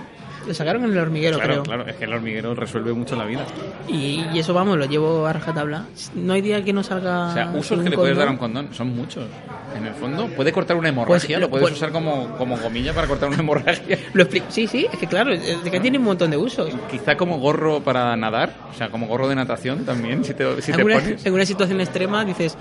lo sacaron en el hormiguero,
Claro,
creo.
claro, es que el hormiguero resuelve mucho la vida.
Y, y eso vamos, lo llevo a rajatabla. No hay día que no salga.
O sea, usos
sin
que le puedes
Ah, condón.
dar a un condón son muchos. En el fondo, puede cortar una hemorragia,
Pues,
lo puedes
pues-
usar como, como gomilla para cortar una hemorragia.
Lo expli- Sí, sí, es que claro, es que tiene un montón de usos.
Quizá como gorro para nadar, o sea, como gorro de natación también, si te, si te
Alguna-
pones.
en una situación extrema dices,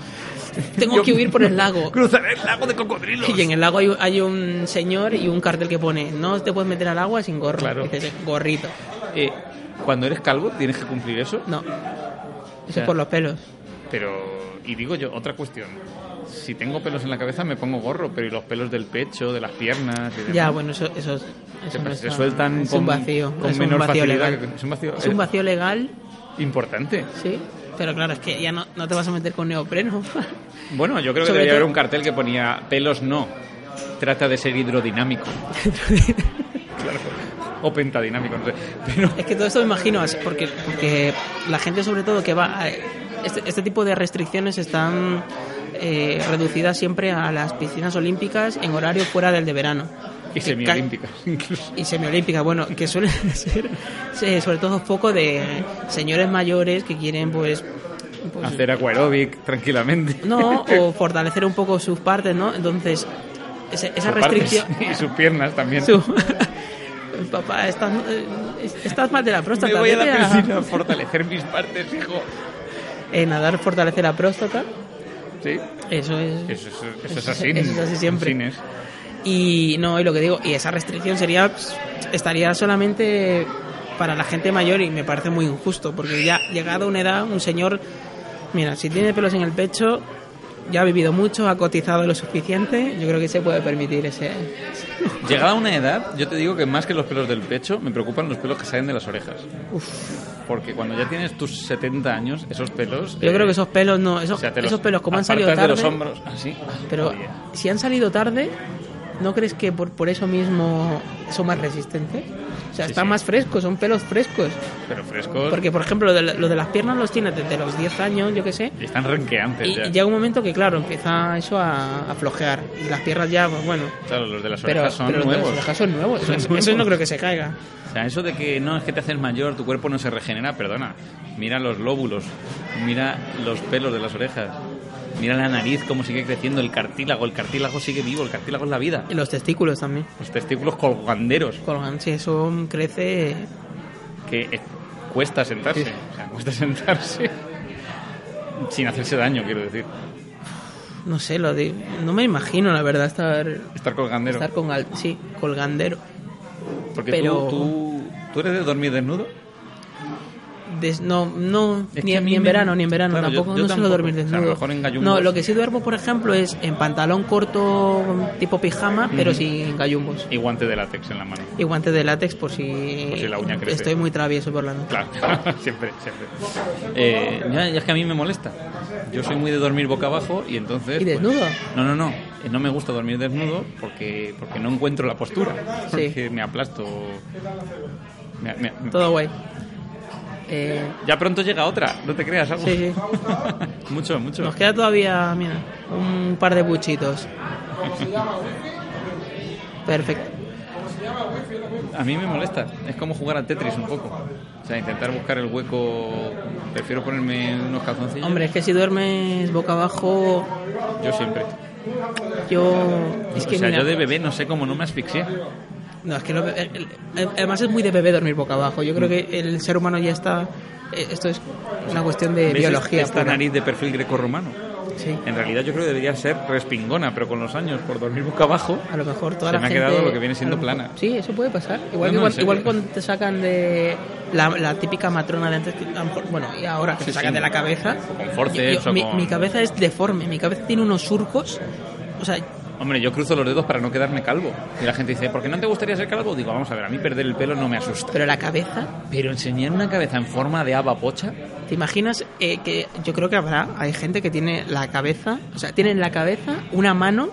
tengo que huir por el lago.
Cruzaré el lago de cocodrilos.
Y en el lago hay, un- hay un señor y un cartel que pone, no te puedes meter al agua sin gorro.
Claro.
Dices, gorrito.
Eh, cuando eres calvo tienes que cumplir eso,
No. Eso
sea,
es por los pelos.
pero... Y digo yo, otra cuestión. Si tengo pelos en la cabeza me pongo gorro, pero ¿y los pelos del pecho, de las piernas? Y demás?
Ya, bueno, eso, eso, eso
Se-
no
se
está-
sueltan
es
con-
un vacío.
con
es
menor
un vacío
facilidad
legal.
que- es un vacío- eh,
Es un vacío legal,
Importante.
sí. Pero claro, es que ya no, no te vas a meter con neopreno.
Bueno, yo creo que
Sobre
debería
todo-
haber un cartel que ponía pelos no. Trata de ser hidrodinámico. claro. O pentadinámico, no sé. Pero
Es que todo esto me imagino, es porque, porque la gente sobre todo que va... A, este, este tipo de restricciones están eh, reducidas siempre a las piscinas olímpicas en horario fuera del de verano.
y
Que ca-
semiolímpicas, incluso.
Y semiolímpicas, bueno, que suelen ser eh, sobre todo foco de señores mayores que quieren pues... pues,
Hacer aquaerobic tranquilamente.
No, o fortalecer un poco sus partes, ¿no? Entonces, ese- esa
Sus partes
restricción...
Y sus piernas también.
Su- Papá, estás, eh, estás mal de la próstata.
Me voy a la
vete
piscina a fortalecer mis partes, hijo.
Eh, nadar fortalece la próstata,
Sí,
eso es.
eso, es- eso es así.
Eso es así siempre.
Sin es.
Y no, y lo que digo, y esa restricción sería pues, estaría solamente para la gente mayor y me parece muy injusto, porque ya llegado a una edad, un señor, mira, si tiene pelos en el pecho, ya ha vivido mucho, ha cotizado lo suficiente, yo creo que se puede permitir ese...
Llegada a una edad, yo te digo que más que los pelos del pecho, me preocupan los pelos que salen de las orejas. Porque cuando ya tienes tus 70 años, esos pelos...
Yo
eh,
creo que esos pelos no, esos,
o sea, te
esos pelos como han salido tarde... ah,
apartas de los hombros, así.
Pero
Oye,
si han salido tarde, ¿no crees que por, por eso mismo son más resistentes? O sea,
Sí,
están
sí.
más frescos, son pelos frescos.
pero frescos
Porque, por ejemplo, lo de, la- lo de las piernas los tienes desde los 10 años, yo qué sé.
y están renqueantes
Y,
ya.
y llega un momento que, claro, empieza eso a, a flojear. Y las piernas ya, pues bueno.
Claro, los de las
Pero,
orejas son
pero los de las
nuevos.
orejas son nuevos.
Son
eso,
nuevos.
eso no creo que se caiga.
O sea, eso de que no es que te haces mayor, tu cuerpo no se regenera, perdona. Mira los lóbulos, mira los pelos de las orejas, mira la nariz cómo sigue creciendo, el cartílago, el cartílago sigue vivo, el cartílago es la vida.
Y los testículos también.
Los testículos colganderos,
Colgan, si eso crece.
que eh, cuesta sentarse,
Sí.
o sea, cuesta sentarse sin hacerse daño, quiero decir.
No sé, lo de, no me imagino, la verdad, estar,
Estar colgandero.
estar con. al- Sí, colgandero.
Porque
pero-
tú, tú, tú eres de dormir desnudo.
Des- no, no,
Es
ni,
que a mí
ni en
me-
verano, ni en verano
Claro, yo-
tampoco.
yo
no
tampoco.
suelo dormir
O sea, a lo
desnudo.
mejor en gallumbos.
no, lo que sí duermo, por ejemplo, es en pantalón corto, tipo pijama, pero sin gallumbos.
Y guante de látex en la mano.
Y guantes de látex por si,
Por si la uña crece.
estoy muy travieso por la noche.
Claro, siempre, siempre. Eh, ya, ya es que a mí me molesta. Yo soy muy de dormir boca abajo y entonces... pues,
¿Y desnudo?
no, no, no. Eh, No me gusta dormir desnudo porque, porque no encuentro la postura.
Sí.
Porque me aplasto. Me- me- me-
Todo guay. Eh,
Ya pronto llega otra, no te creas, algo.
Sí,
mucho, mucho.
nos queda todavía, mira, un par de buchitos. Perfecto.
A mí me molesta. Es como jugar a Tetris un poco. O sea, intentar buscar el hueco. Prefiero ponerme unos calzoncillos.
Hombre, es que si duermes boca abajo,
Yo siempre.
Yo. Es que
o sea,
mira, Eh,
yo de bebé no sé cómo no me asfixié.
No, es que lo- el- el- además es muy de bebé dormir boca abajo. Yo creo
Mm.
que el ser humano ya está. eh, Esto es una cuestión de
¿Ves
biología.
Esta
pura.
nariz de perfil grecorromano.
Sí.
En realidad yo creo que debería ser respingona, pero con los años, por dormir boca abajo,
A lo mejor toda
Se
la
me ha
gente-
quedado lo que viene
a
siendo
lo mejor-
plana.
Sí, eso puede pasar. Igual,
No, no, en
que, cuando, igual
serio.
que cuando te sacan de la, la típica matrona de antes, que a lo mejor- bueno, y ahora que
Sí,
te sacan
sí.
de la cabeza.
con forceps o
mi,
con-
mi cabeza es deforme, mi cabeza tiene unos surcos. O sea,
Hombre, yo cruzo los dedos para no quedarme calvo. Y la gente dice, ¿por qué no te gustaría ser calvo? Digo, vamos a ver, a mí perder el pelo no me asusta.
pero la cabeza,
Pero enseñar una cabeza en forma de haba pocha,
¿te imaginas eh, que yo creo que habrá, hay gente que tiene la cabeza, o sea, tiene en la cabeza una mano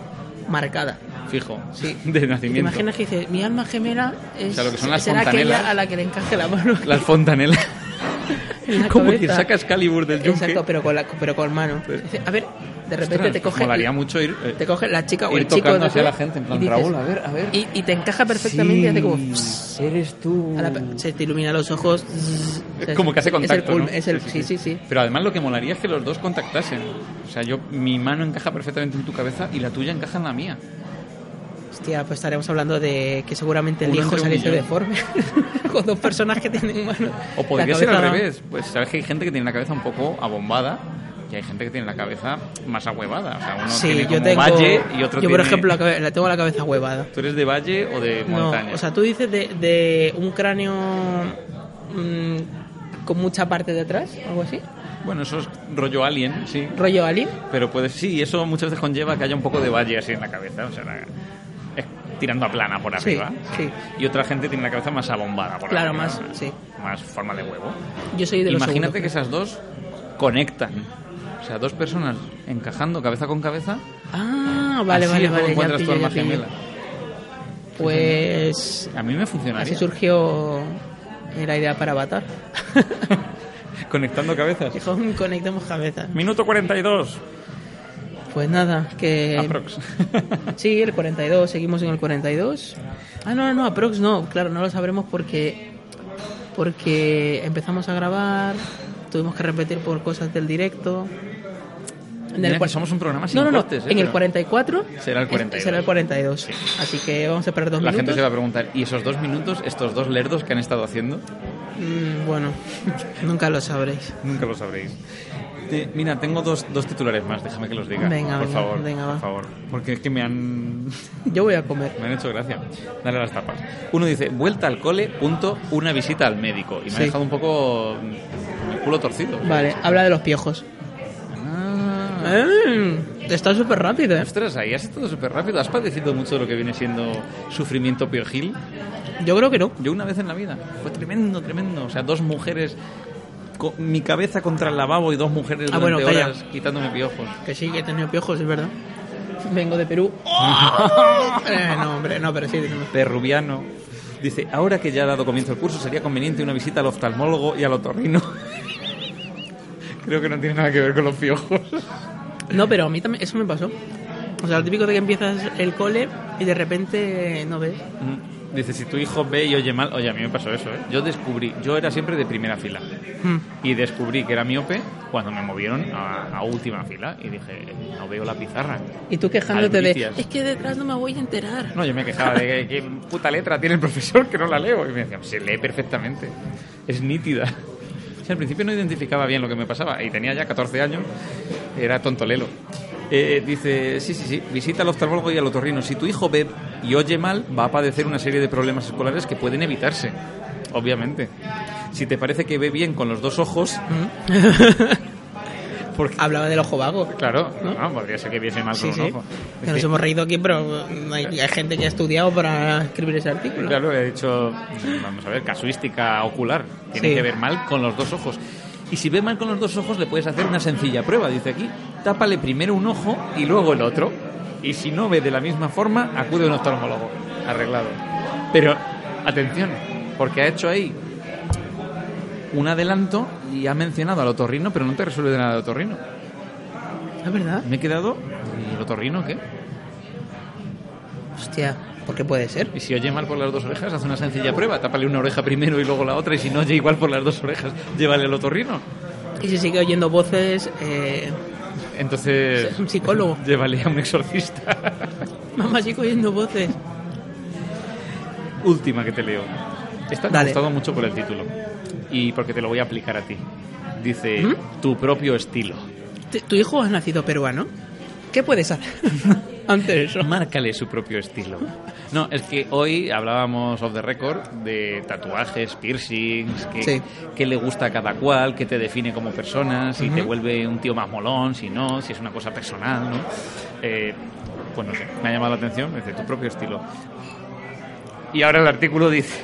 marcada.
fijo,
Sí.
de
¿Te
nacimiento.
imaginas que dices, mi alma gemela es,
O sea, lo que son las
será
fontanelas.
aquella a la que le encaje la mano?
Las fontanelas.
en la
Como quien
cabeza?
saca Excalibur del yunque.
Exacto, pero con, la, pero con mano.
Pero-
Dice, A ver, de repente
Ostras, pues
te coge.
Molaría mucho ir... eh,
Te coge la chica o
ir
el chico.
tocando
no
hacia
sé,
la gente, en plan,
y dices-
Raúl, a ver, a ver.
Y, y te encaja perfectamente y hace como. pss,
Sí, Eres tú.
a la pe- se te ilumina los ojos. zzz, o sea,
Como que hace
Es el
contacto,
culm-
¿no?
es el- sí, sí, sí.
Pero además lo que molaría es que los dos contactasen. O sea, yo mi mano encaja perfectamente en tu cabeza y la tuya encaja en la mía.
Hostia, pues estaremos hablando de que seguramente el
Uno
hijo
entre un
saliese
millón.
deforme. con dos personas que tienen mano.
O
La
podría ser al
cabeza-
revés. Pues sabes que hay gente que tiene la cabeza un poco abombada y hay gente que tiene la cabeza más ahuevada. O sea, uno
Sí,
tiene
yo
como
tengo.
valle y otro
yo, por
tiene-
ejemplo, la, cabe- la tengo la cabeza huevada.
¿Tú eres de valle o de
No,
montaña?
o sea, tú dices de, de un cráneo mm, con mucha parte de atrás, algo así.
Bueno, eso es rollo alien, sí.
Rollo alien.
Pero puedes, sí, eso muchas veces conlleva que haya un poco de valle así en la cabeza. O sea, la- es tirando a plana por
Sí,
arriba.
sí.
Y otra gente tiene la cabeza más abombada por
Claro,
arriba,
más, sí.
Más forma de huevo.
Yo soy de los
Imagínate que
segundos.
esas dos conectan. O sea, dos personas encajando cabeza con cabeza.
Ah, vale,
así
vale,
es como
vale. ya
encuentras tu
pillo,
alma
ya pillo.
gemela.
Pues
A mí me funcionaría.
así surgió eh, la idea para Avatar.
Conectando cabezas.
Dijo, "Mm, conectemos cabezas.
Minuto 42.
Pues nada, que...
Aprox.
Sí, el 42, seguimos en el 42. Ah, no, no, no, aprox no, claro, no lo sabremos porque porque empezamos a grabar, tuvimos que repetir por cosas del directo. En
Mira que
cua-
somos un programa sin
No, no, no,
cortes, ¿eh?
en el
Pero
44
Será el 42.
Será el 42. Así que vamos a perder dos
La gente
minutos.
se va a preguntar, ¿y esos dos minutos, estos dos lerdos que han estado haciendo?
Mm, bueno, nunca lo sabréis.
Nunca lo sabréis. Te- mira, tengo dos, dos titulares más, déjame que los diga.
Venga,
por
venga,
favor,
venga,
por
va.
favor. Porque es que me han,
Yo voy a comer.
me han hecho gracia. Dale a las tapas. Uno dice, vuelta al cole, punto, una visita al médico. Y me ha
Sí.
dejado un poco mm, el culo torcido.
Vale, habla de los piojos.
Ah.
Mm, está súper rápido, ¿eh?
Ostras, ahí has estado súper rápido. ¿Has padecido mucho de lo que viene siendo sufrimiento piojil?
Yo creo que no.
Yo una vez en la vida. Fue tremendo, tremendo. O sea, dos mujeres... co- mi cabeza contra el lavabo y dos mujeres
Ah,
durante
bueno, calla.
horas quitándome piojos.
Que sí, que he tenido piojos, es verdad. Vengo de Perú. Eh, no, hombre, no, pero sí. tenemos-
Rubiano Dice, ahora que ya ha dado comienzo el curso, sería conveniente una visita al oftalmólogo y al otorrino. Creo que no tiene nada que ver con los piojos.
No, pero a mí también, eso me pasó. O sea, lo típico de que empiezas el cole y de repente no ves.
Mm. Dice, si tu hijo ve y oye mal... Oye, a mí me pasó eso, ¿eh? Yo descubrí... Yo era siempre de primera fila.
Mm.
Y descubrí que era miope cuando me movieron a, a última fila y dije, no veo la pizarra.
Y tú quejándote de,
Albricias.
es que detrás no me voy a enterar.
No, yo me quejaba de que, "¿Qué puta letra tiene el profesor que no la leo. Y me decían, se lee perfectamente, es nítida. O sea, al principio no identificaba bien lo que me pasaba y tenía ya 14 años, era tontolelo. Eh, dice, sí, sí, sí, visita al oftalmólogo y al otorrino. Si tu hijo ve y oye mal, va a padecer una serie de problemas escolares que pueden evitarse, obviamente. Si te parece que ve bien con los dos ojos,
Mm.
porque
Hablaba del ojo vago.
Claro, no, podría ser que viese mal Ah,
Sí,
con
sí.
un ojo.
Que nos hemos reído aquí, pero hay, hay gente que ha estudiado para escribir ese artículo.
Claro, he dicho, mm, vamos a ver, casuística ocular. Tiene
Sí.
que ver mal con los dos ojos. Y si ve mal con los dos ojos, le puedes hacer una sencilla prueba. Dice aquí, tápale primero un ojo y luego el otro. Y si no ve de la misma forma, acude a un oftalmólogo. Arreglado. Pero, atención, porque ha hecho ahí un adelanto y ha mencionado al otorrino, pero no te resuelve de nada el otorrino.
Es verdad.
Me he quedado, ¿y el otorrino qué?
Hostia, ¿por qué puede ser?
Y si oye mal por las dos orejas, haz una sencilla prueba. Tápale una oreja primero y luego la otra. Y si no oye igual por las dos orejas, llévale el otorrino.
Y si sigue oyendo voces, eh,
Entonces.
Es un psicólogo.
Llévale a un exorcista.
Mamá, sigo oyendo voces.
Última que te leo. Esta me ha
Dale.
gustado mucho por el título. Y porque te lo voy a aplicar a ti. Dice,
¿Mm?
tu propio estilo.
T- Tu hijo ha nacido peruano. ¿Qué puedes hacer ante eso?
Márcale su propio estilo. No, es que hoy hablábamos off the record de tatuajes, piercings, que,
Sí.
que le gusta a cada cual, que te define como persona, si te vuelve un tío más molón, si no, si es una cosa personal, ¿no? Eh, pues no sé, me ha llamado la atención, me dice tu propio estilo. Y ahora el artículo dice,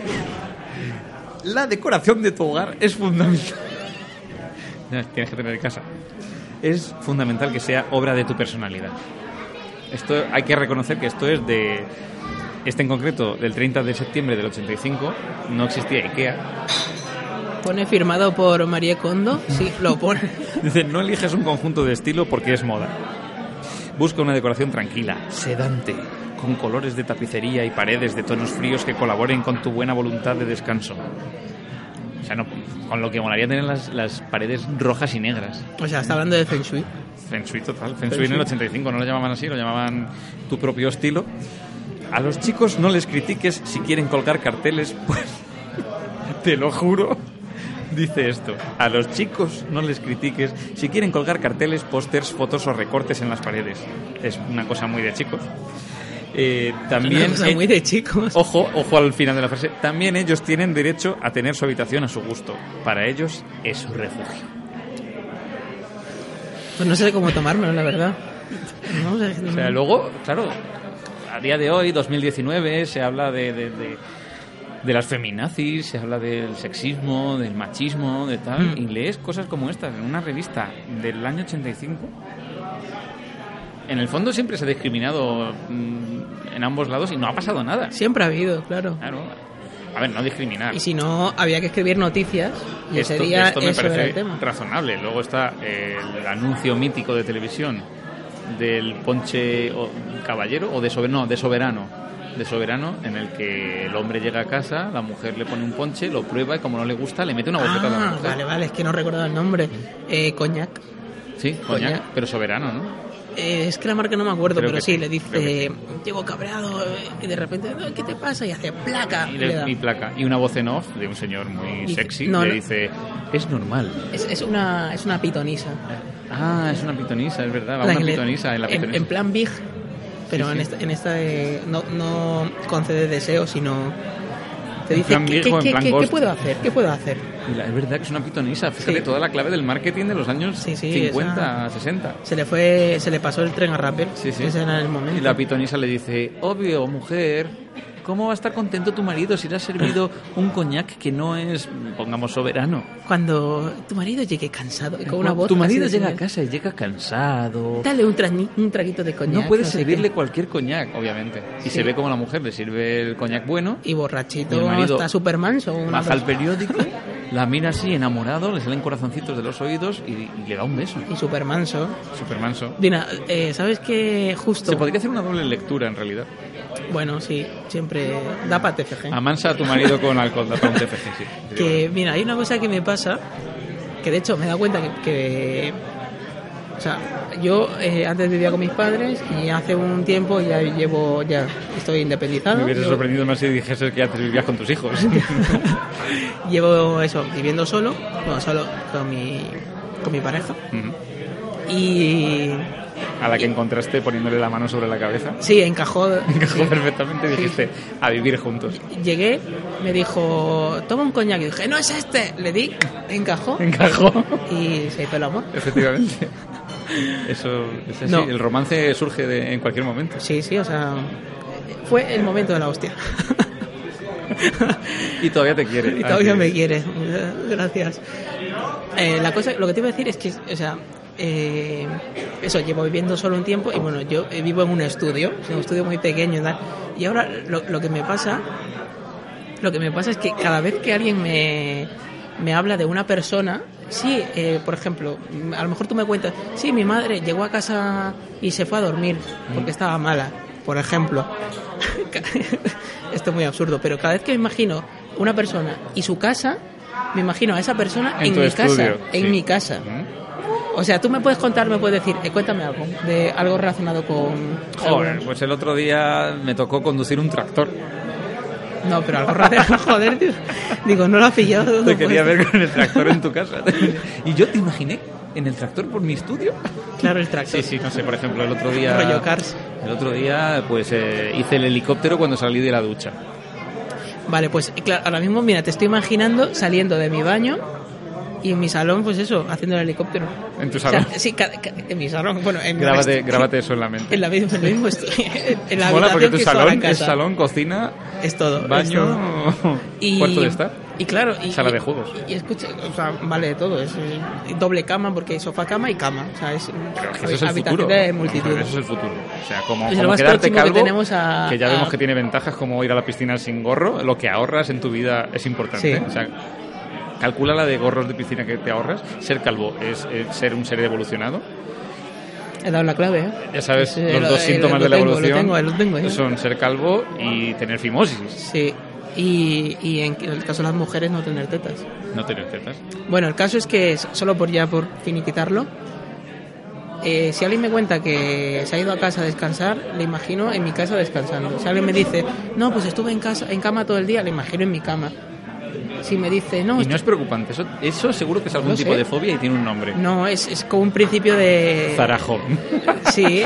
la decoración de tu hogar es fundamental. Ya, Tienes que tener en casa. Es fundamental que sea obra de tu personalidad. Esto hay que reconocer que esto es de este en concreto del 30 de septiembre del 85 no existía IKEA.
Pone firmado por María Kondo. Sí, lo pone.
Dice, no eliges un conjunto de estilo porque es moda. Busca una decoración tranquila, sedante, con colores de tapicería y paredes de tonos fríos que colaboren con tu buena voluntad de descanso. O sea, no, con lo que molaría tener las, las paredes rojas y negras.
O sea, está hablando de Feng Shui.
Feng Shui total. Feng Shui en el 85, no lo llamaban así, lo llamaban tu propio estilo. A los chicos no les critiques si quieren colgar carteles, pues te lo juro. Dice esto, a los chicos no les critiques si quieren colgar carteles, pósters, fotos o recortes en las paredes. Es una cosa muy de chicos. Eh,
Una
también
cosa
eh,
muy de chicos.
Ojo, ojo al final de la frase. También ellos tienen derecho a tener su habitación a su gusto. Para ellos es su refugio.
Pues no sé cómo tomármelo, la verdad. No sé.
O sea, luego, claro, a día de hoy, 2019, se habla de, de, de- de las feminazis, se habla del sexismo, del machismo, de tal,
Mm.
y lees cosas como estas en una revista del año 85. En el fondo siempre se ha discriminado mm, en ambos lados y no ha pasado nada.
Siempre ha habido, claro.
Claro. A ver, no discriminar.
Y si no, había que escribir noticias. Y
Ah. Esto,
ese día
esto me
eso era el
parece
tema.
razonable. Luego está eh, el anuncio mítico de televisión del ponche o- caballero o de soberano, no, de soberano. De soberano, en el que el hombre llega a casa, la mujer le pone un ponche, lo prueba y como no le gusta, le mete una bofetada a la
Ah,
mujer.
vale, vale, es que no recuerdo el nombre. Eh, coñac.
Sí, coñac,
Coñac.
pero soberano, ¿no?
Eh, es que la marca no me acuerdo,
Creo
pero
que
sí,
sí,
le dice,
creo que
llego cabreado eh, y de repente, "No, ¿qué te pasa? Y hace placa.
Y,
y
le-
le da.
y placa. Y una voz en off de un señor muy
Dice-
sexy
no,
le
no.
dice, es normal.
Es, es una, es una pitonisa.
Ah, es una pitonisa, es verdad, va
La
una
que le-
pitonisa en la pitonisa.
en plan big, pero
Sí,
en
sí.
esta, en esta de- no, no concede deseos, sino te
En
dice,
plan
¿qué,
big
qué-
o en
qué-
plan
qué- qué
ghost.
puedo hacer? ¿Qué puedo hacer?
Y la- Es verdad que es una pitonisa. Fíjate
Sí.
toda la clave del marketing de los años
Sí, sí,
50, 60.
Se le fue, se le pasó el tren a Rappel.
Sí, sí.
Ese era el momento.
Y la pitonisa le dice, obvio, mujer, ¿cómo va a estar contento tu marido si le has servido un coñac que no es, pongamos, soberano?
Cuando tu marido llegue cansado y con una voz
tu marido
así de
llega a
señor,
casa y llega cansado.
Dale un, trañi- un traguito de coñac.
No puedes
sé
servirle
qué.
cualquier coñac, obviamente. Y
Sí.
se ve como la mujer le sirve el coñac bueno,
Y borrachito,
Y el marido
está súper manso. una
baja el
cosa-
periódico, la mira así, enamorado, le salen corazoncitos de los oídos y, y le da un beso.
Y súper manso.
Supermanso.
Dina, eh, ¿sabes qué? Justo.
Se podría hacer una doble lectura, en realidad.
Bueno, sí, siempre da para TFG.
Amansa a tu marido con alcohol, da para un TFG, sí.
Que, mira, hay una cosa que me pasa, que de hecho me he dado cuenta que... que- o sea, yo eh, antes vivía con mis padres y hace un tiempo ya llevo, ya estoy independizado.
Me hubiese
Llevo-
sorprendido más si dijeses que antes vivías con tus hijos.
Llevo eso, viviendo solo, bueno, solo con mi, con mi pareja.
Ujú.
Y
a la que encontraste poniéndole la mano sobre la cabeza.
sí, encajó.
Encajó perfectamente y dijiste, a vivir juntos.
Llegué, me dijo, toma un coñac. Y dije, no es este. Le di, encajó
Encajó.
y se hizo el amor.
Efectivamente. Eso es así.
No.
El romance surge de- en cualquier momento.
Sí, sí, o sea, fue el momento de la hostia.
Y todavía te quiere.
Y todavía
Así
me
es.
quiere. Gracias. Eh, la cosa, lo que te iba a decir es que, o sea, eh, eso, llevo viviendo solo un tiempo y bueno, yo eh, vivo en un estudio, es un estudio muy pequeño y tal. Y ahora lo, lo que me pasa, lo que me pasa es que cada vez que alguien me, me habla de una persona, sí, eh, por ejemplo, a lo mejor tú me cuentas, sí, mi madre llegó a casa y se fue a dormir porque
Mm.
estaba mala, por ejemplo. Esto es muy absurdo, pero cada vez que me imagino una persona y su casa, me imagino a esa persona en,
tu
mi
estudio,
casa, en
sí. Mm.
mi casa.
Ujú.
O sea, tú me puedes contar, me puedes decir, eh, cuéntame algo, de algo relacionado con...
Joder, pues el otro día me tocó conducir un tractor.
No, pero algo relacionado, joder, tío. Digo, no lo has pillado.
Te quería ver con el tractor en tu casa. Y yo te imaginé en el tractor por mi estudio.
Claro, el tractor.
Sí, sí, no sé, por ejemplo, el otro
Rollo
día...
Cars.
El otro día, pues, eh, hice el helicóptero cuando salí de la ducha.
Vale, pues claro, ahora mismo, mira, te estoy imaginando saliendo de mi baño y en mi salón, pues eso, haciendo el helicóptero.
En tu
O sea,
salón.
sí, ca- ca- en mi salón, bueno, en mi
Grábate,
rest-
grábate eso en la mente.
En la misma, en lo mismo estu- en la
Mola porque
habitación
tu
que es ahora
salón es
casa.
salón, cocina,
Es todo. es todo.
baño,
Y,
cuarto de estar.
Y claro, y,
Sala de
y-
juegos.
Y, escucha, o sea, vale de todo. Es eh, doble cama porque hay sofá, cama y cama. O sea, es
Pero es que
habi-
eso es el
habitación
futuro.
de multitud.
Eso es el futuro. O sea, como,
Es lo
como
más
quedarte
próximo que
calvo, que,
tenemos a-
ya
a-
vemos que tiene ventajas como ir a la piscina sin gorro, lo que ahorras en tu vida es importante.
Sí.
O sea, calcula la de gorros de piscina que te ahorras. Ser calvo es, eh, ser un ser evolucionado.
He dado la clave, ¿eh?
Ya sabes,
Sí,
los
lo-
dos
eh,
síntomas
lo
de la
tengo, lo
evolución
tengo, lo tengo, ¿eh?
son ser calvo y tener fimosis,
Sí. Y, y en el caso de las mujeres, no tener tetas.
no tener tetas.
Bueno, el caso es que, s- solo por ya por finiquitarlo, eh, si alguien me cuenta que se ha ido a casa a descansar, le imagino en mi casa descansando. Si alguien me dice, no, pues estuve en, casa, en cama todo el día, le imagino en mi cama. Si me dice, no,
Y no es preocupante, eso, eso seguro que es algún
No
tipo
sé.
de fobia y tiene un nombre.
estu- no, es, es como un principio de...
Zarajo.
Sí.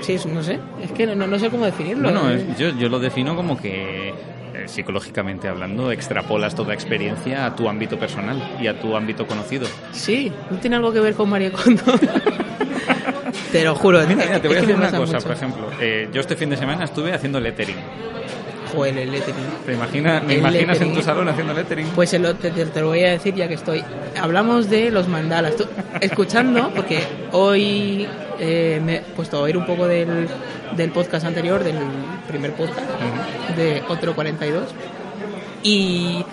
Sí, es- no sé. Es que no, no sé cómo definirlo.
Bueno,
Eh,
es- yo, yo lo defino como que eh, psicológicamente hablando extrapolas toda experiencia a tu ámbito personal y a tu ámbito conocido.
Sí, no tiene algo que ver con María Kondo. te lo juro.
Mira, mira, te voy a
es que
decir
me
una
pasa
cosa,
mucho.
por ejemplo. Eh, yo este fin de semana estuve haciendo lettering.
Joder, el E lettering.
¿Te imaginas, ¿Me
El
imaginas en
lettering.
tu salón haciendo lettering?
Pues el otro, te, te lo voy a decir ya que estoy. Hablamos de los mandalas. Tú- escuchando, porque hoy eh, me he puesto a oír un poco del, del podcast anterior, del primer podcast, de Otro 42. Y,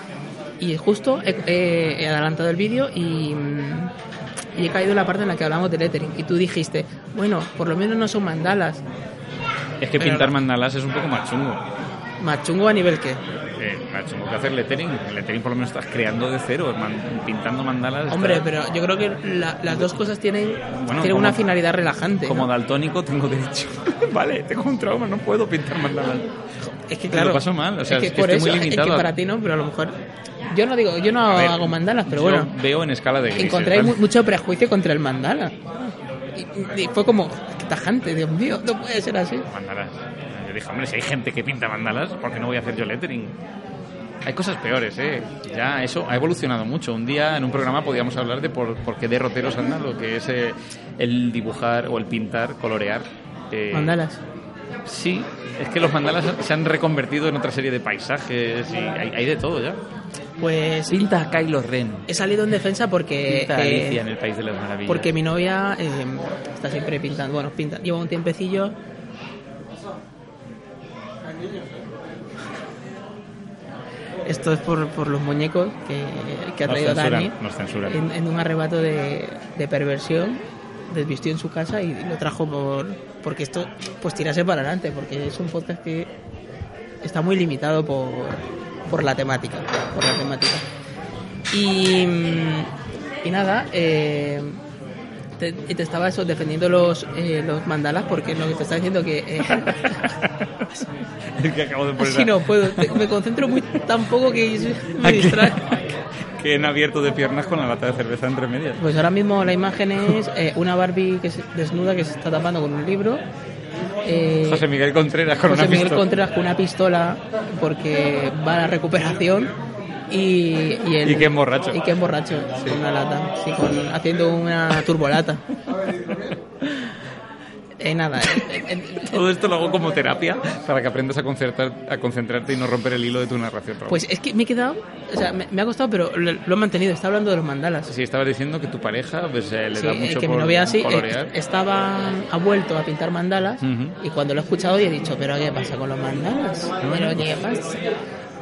y justo he, he- he adelantado el vídeo y, mm, y he caído en la parte en la que hablamos de lettering. Y tú dijiste, bueno, por lo menos no son mandalas.
Es que
pero-
pintar mandalas es un poco más chungo.
Más chungo a nivel que.
Eh, más chungo que hacer lettering. El lettering por lo menos estás creando de cero, man- pintando mandalas. está-
Hombre, pero yo creo que la- las dos cosas tienen,
Bueno,
tienen una
como-
finalidad relajante.
Como
Este, ¿no?
daltónico tengo derecho. vale, tengo un trauma, no puedo pintar mandalas.
Es que
Lo
claro.
paso mal, o sea, es que
por
estoy muy
eso,
limitado
Es
a-
que para ti no, pero a lo mejor. Yo no digo, yo no
A ver,
hago mandalas, pero
yo
bueno.
Veo en escala de grises.
Encontré
¿vale?
mu- mucho prejuicio contra el mandala. Y, y fue como, qué tajante, Dios mío, no puede ser así.
Mandalas. Yo dije, hombre, si hay gente que pinta mandalas, ¿por qué no voy a hacer yo lettering? Hay cosas peores, ¿eh? Ya eso ha evolucionado mucho. Un día en un programa podíamos hablar de por, por qué derroteros andan, lo que es eh, el dibujar o el pintar, colorear. eh,
Mandalas.
Sí, es que los mandalas se han reconvertido en otra serie de paisajes y hay, hay de todo ya.
Pues
Pinta a Kylo Ren.
he salido en defensa porque.
Pinta a
eh,
Alicia en el País de las Maravillas.
porque mi novia eh, está siempre pintando. Bueno, pinta. Lleva un tiempecillo. Esto es por, por los muñecos que, que ha
nos
traído
censuran,
Dani.
nos censuran.
en, en un arrebato de, de perversión, desvistió en su casa y lo trajo por porque esto pues tirase para adelante, porque es un podcast que está muy limitado por, por la temática, por la temática. Y, mm, y nada, eh, te, te estaba eso, defendiendo los, eh, los mandalas porque lo que te está diciendo que eh,
El que acabo de poner
así
a-
no puedo, te- me concentro muy tan poco que me
Aquí.
distrae.
que han abierto de piernas con la lata de cerveza entre medias.
Pues ahora mismo la imagen es eh, una Barbie que se- desnuda que se está tapando con un libro. eh,
José Miguel Contreras con
José
una
Miguel
pistola.
Contreras con una pistola porque va a la recuperación. Y, y, el-
Y que es borracho.
Y que es borracho, con una lata. Sí, con- haciendo una turbolata. eh, nada, eh, eh,
Todo esto lo hago como terapia para que aprendas a, concertar, a concentrarte y no romper el hilo de tu narración. Raúl.
pues es que me he quedado, o sea, me, me ha costado, pero lo, lo he mantenido. Está hablando de los mandalas.
Sí, estabas diciendo que tu pareja pues, eh, le
Sí,
da
eh,
mucho
que
por
mi novia sí, eh,
colorear.
estaba, ha vuelto a pintar mandalas
Ujú. Ah,
y cuando lo he escuchado y he dicho, pero ¿qué pasa con los mandalas? Pero, ¿qué pasa?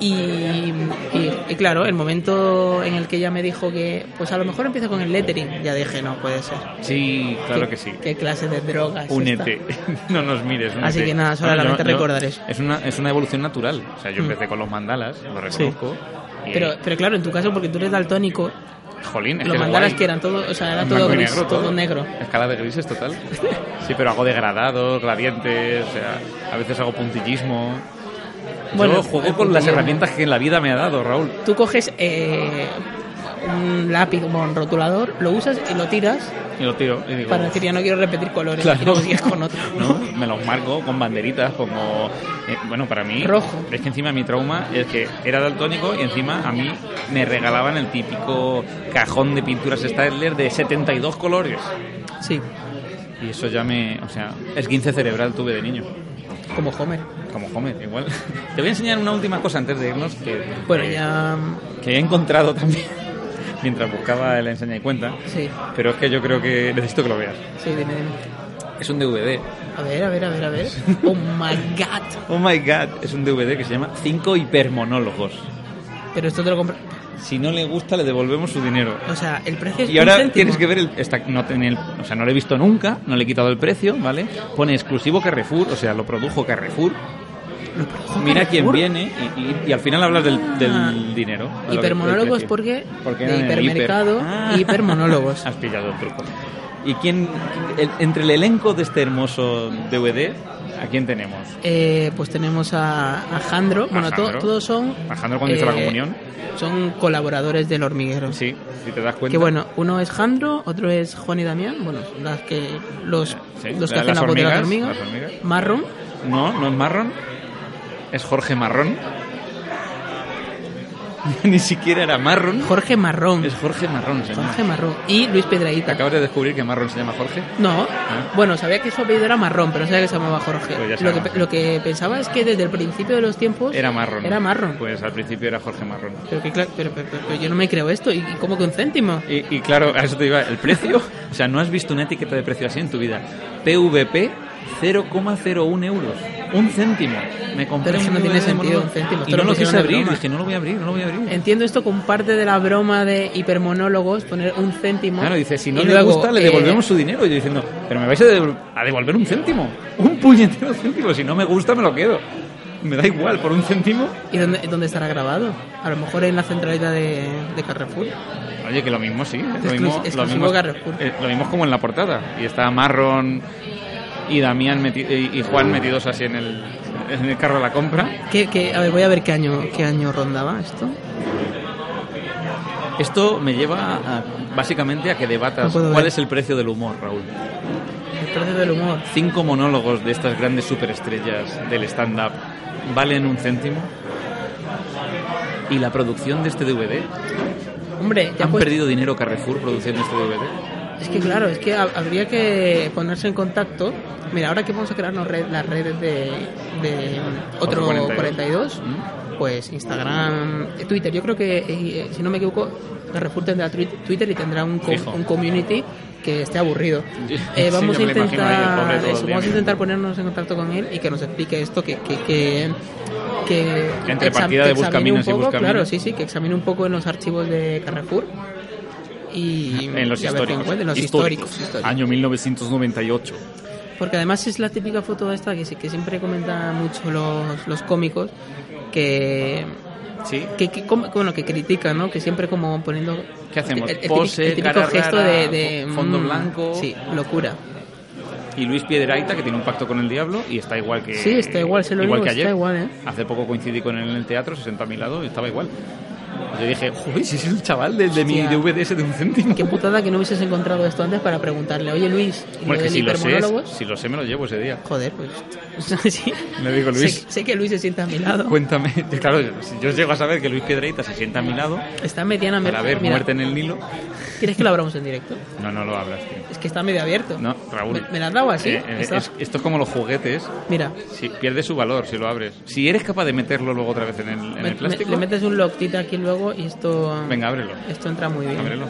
Y, y- y claro, el momento en el que ella me dijo que, pues a lo mejor empieza con el lettering, ya dije, no puede ser.
Sí, claro
¿Qué-
que sí.
¿Qué clase de drogas? es
Únete,
esta?
no nos mires. únete. Ah,
Así que nada, solamente recordar eso. Mm.
Es una, es una evolución natural. O sea, yo empecé con los mandalas, lo reconozco. y-
Pero, pero claro, en tu caso, porque tú eres daltónico,
Jolín, es
Los
que es
mandalas
guay.
que eran todo, o sea, era
En
todo
blanco y
gris,
negro,
todo negro.
Escala de grises total. Sí, pero hago degradados, gradientes, o sea, a veces hago puntillismo.
Bueno, eh,
Yo juego con las herramientas que la vida me ha dado, Raúl.
Tú coges eh, un lápiz, bueno, un rotulador, lo usas y lo tiras
Y lo tiro y digo,
para decir, ya no quiero repetir colores,
Claro.
quiero que sigas con otro.
¿no? Me los marco con banderitas, pongo... eh, bueno, para mí...
Rojo.
Es que encima mi trauma es que era daltónico y encima a mí me regalaban el típico cajón de pinturas Stadler de 72 colores.
Sí,
Y eso ya me... O sea, esguince cerebral tuve de niño.
como Homer.
Como Homer, igual. Te voy a enseñar una última cosa antes de irnos que,
Bueno,
que-
ya...
que he encontrado también mientras buscaba el enseña y cuenta.
Sí,
Pero es que yo creo que necesito que lo veas.
sí, dime, dime.
Es un DVD.
A ver, a ver, a ver, a ver. Oh my god.
Oh my god, es un DVD que se llama Cinco hipermonólogos.
Pero esto te lo compré.
Si no le gusta, le devolvemos su dinero.
O sea, el precio es
Y
un
ahora
céntimo.
tienes que ver el, esta- no tiene el- o sea, no lo he visto nunca, no le he quitado el precio, ¿vale? Pone exclusivo Carrefour, o sea, lo produjo Carrefour. Mira quién viene y, y- y al final hablas del, del dinero. de lo que- del
Ah. Hipermonólogos,
precio.
¿por qué?
Porque
de
eran en el
hipermercado,
hiper. Ah.
hipermonólogos.
Has pillado el truco. ¿Y quién, el- entre el elenco de este hermoso DVD, a quién tenemos?
Eh, pues tenemos a, a Jandro. Bueno, to-
Jandro.
todos son. eh,
A Jandro cuando hizo la comunión.
Son colaboradores del hormiguero.
Sí, si te das cuenta.
Que bueno, uno es Jandro, otro es Juan y Damián. Bueno, las que, los,
Sí,
los que
la-
hacen
las
la voz de
hormigas,
las hormigas.
las hormigas.
Marron.
No, no es Marrón. Es Jorge Marrón. Ni siquiera era Marrón.
Jorge Marrón.
Es Jorge Marrón, señor.
Jorge Marrón. Y Luis
¿Te
Piedrahita.
acabas de descubrir que Marrón se llama Jorge?
No, bueno, sabía que su apellido era marrón, pero no sabía que se llamaba Jorge.
Ah. Pues ya se
lo, que,
llama.
lo que pensaba es que desde el principio de los tiempos
Era Marrón.
Era marrón.
Pues al principio era Jorge Marrón.
Pero, que, cla- pero, pero- pero- pero yo no me creo esto, ¿y cómo que un céntimo?
Y, y claro, a eso te iba, el precio, o sea, no has visto una etiqueta de precio así en tu vida. PVP 0,01 euros, un céntimo. Me compré
Pero es que
un
no tiene
DVD de
sentido,
Monopoly
un céntimo.
Y
Esto
no
lo
lo quise
pusieron de
abrir,
broma.
dije, no lo voy a abrir, no lo voy a abrir.
Entiendo esto como parte de la broma de hipermonólogos, poner un céntimo.
Claro, dice, si no
y
le
luego,
gusta, le
eh,
devolvemos su dinero. Y yo diciendo, pero me vais a, devol- a devolver un céntimo, un puñetero céntimo. Si no me gusta, me lo quedo. Me da igual, por un céntimo.
¿Y dónde, dónde estará grabado? A lo mejor en la centralidad de, de Carrefour.
Oye, que lo mismo sí. ¿eh? Lo
Exclus-
mismo, lo,
exclusivo
mismo,
Carrefour.
eh, lo mismo es como en la portada. Y está Marron y Damián meti- eh, y y Juan metidos así en el, en el carro de la compra.
¿Qué, qué- a ver, voy a ver qué año, qué año rondaba esto.
Esto me lleva a- básicamente a que debatas
No puedo
cuál
ver.
es el precio del humor, Raúl.
El precio del humor.
Cinco monólogos de estas grandes superestrellas del stand-up valen un céntimo. Y la producción de este DVD.
Hombre, ya
¿Han
pues-
perdido dinero Carrefour produciendo este DVD?
Es que claro, es que ha- habría que ponerse en contacto. Mira, ahora que vamos a crearnos red, las redes de, de otro
Otro
42,
42, Mm.
pues Instagram, eh, Twitter. Yo creo que, eh, si no me equivoco, Carrefour tendrá twi- Twitter y tendrá un, com-
Fijo.
un community que esté aburrido.
Sí,
Eh,
sí,
vamos
yo
a
me lo imagino ahí, el pobre,
intentar,
todo el
eso,
día
vamos a
mirando.
intentar ponernos en contacto con él y que nos explique esto, que que, que, que-
Que entre
que
partida de
exam- que examine
Buscaminas y
un poco,
Buscaminas.
claro, sí, sí, que examine un poco en los archivos de Carrefour y
En los
y a ver
históricos.
qué encuentra, pues, en los históricos, históricos.
Año 1998.
Porque además es la típica foto esta que, sí- que siempre comentan mucho los, los cómicos que
Sí.
que, que com- bueno, que critican, ¿no? Que siempre como poniendo
¿Qué hacemos?
el, el
Pose,
típico, el típico
cara
gesto
rara,
de, de,
fo- fondo
mm,
blanco.
Sí, locura.
Y Luis Piedraita, que tiene un pacto con el diablo y está igual que.
Sí, está igual, se lo
igual
digo,
que
está
ayer.
igual, ¿eh?
Hace poco coincidí con él en el teatro, se sentó a mi lado y estaba igual. Yo dije, joder, si es el chaval del de mi
Hostia.
DVDS de un céntimo.
Qué putada que no hubieses encontrado esto antes para preguntarle, oye Luis, ¿y
Bueno, es que
lo del
si lo, sé,
hipermonólogo?
si lo sé, me lo llevo ese día.
Joder, pues. sí.
Le digo, Luis. Pues,
Sé, sé que Luis se sienta a mi lado.
Cuéntame. Claro, si yo llego a saber que Luis Piedraita se sienta a mi lado
Está medianamente.
para ver
mira,
muerte en el Nilo.
¿Quieres que lo abramos en directo?
No, no lo hablas, tío.
Es que está medio abierto.
No, Raúl.
Me, me la has dado así.
Eh, eh,
Está-
es- esto es como los juguetes.
Mira,
Si, pierde su valor si lo abres. Si eres capaz de meterlo luego otra vez en el, en
me-
el plástico,
me- le metes un loctita aquí luego y esto.
venga, ábrelo.
Esto entra muy bien.
Ábrelo.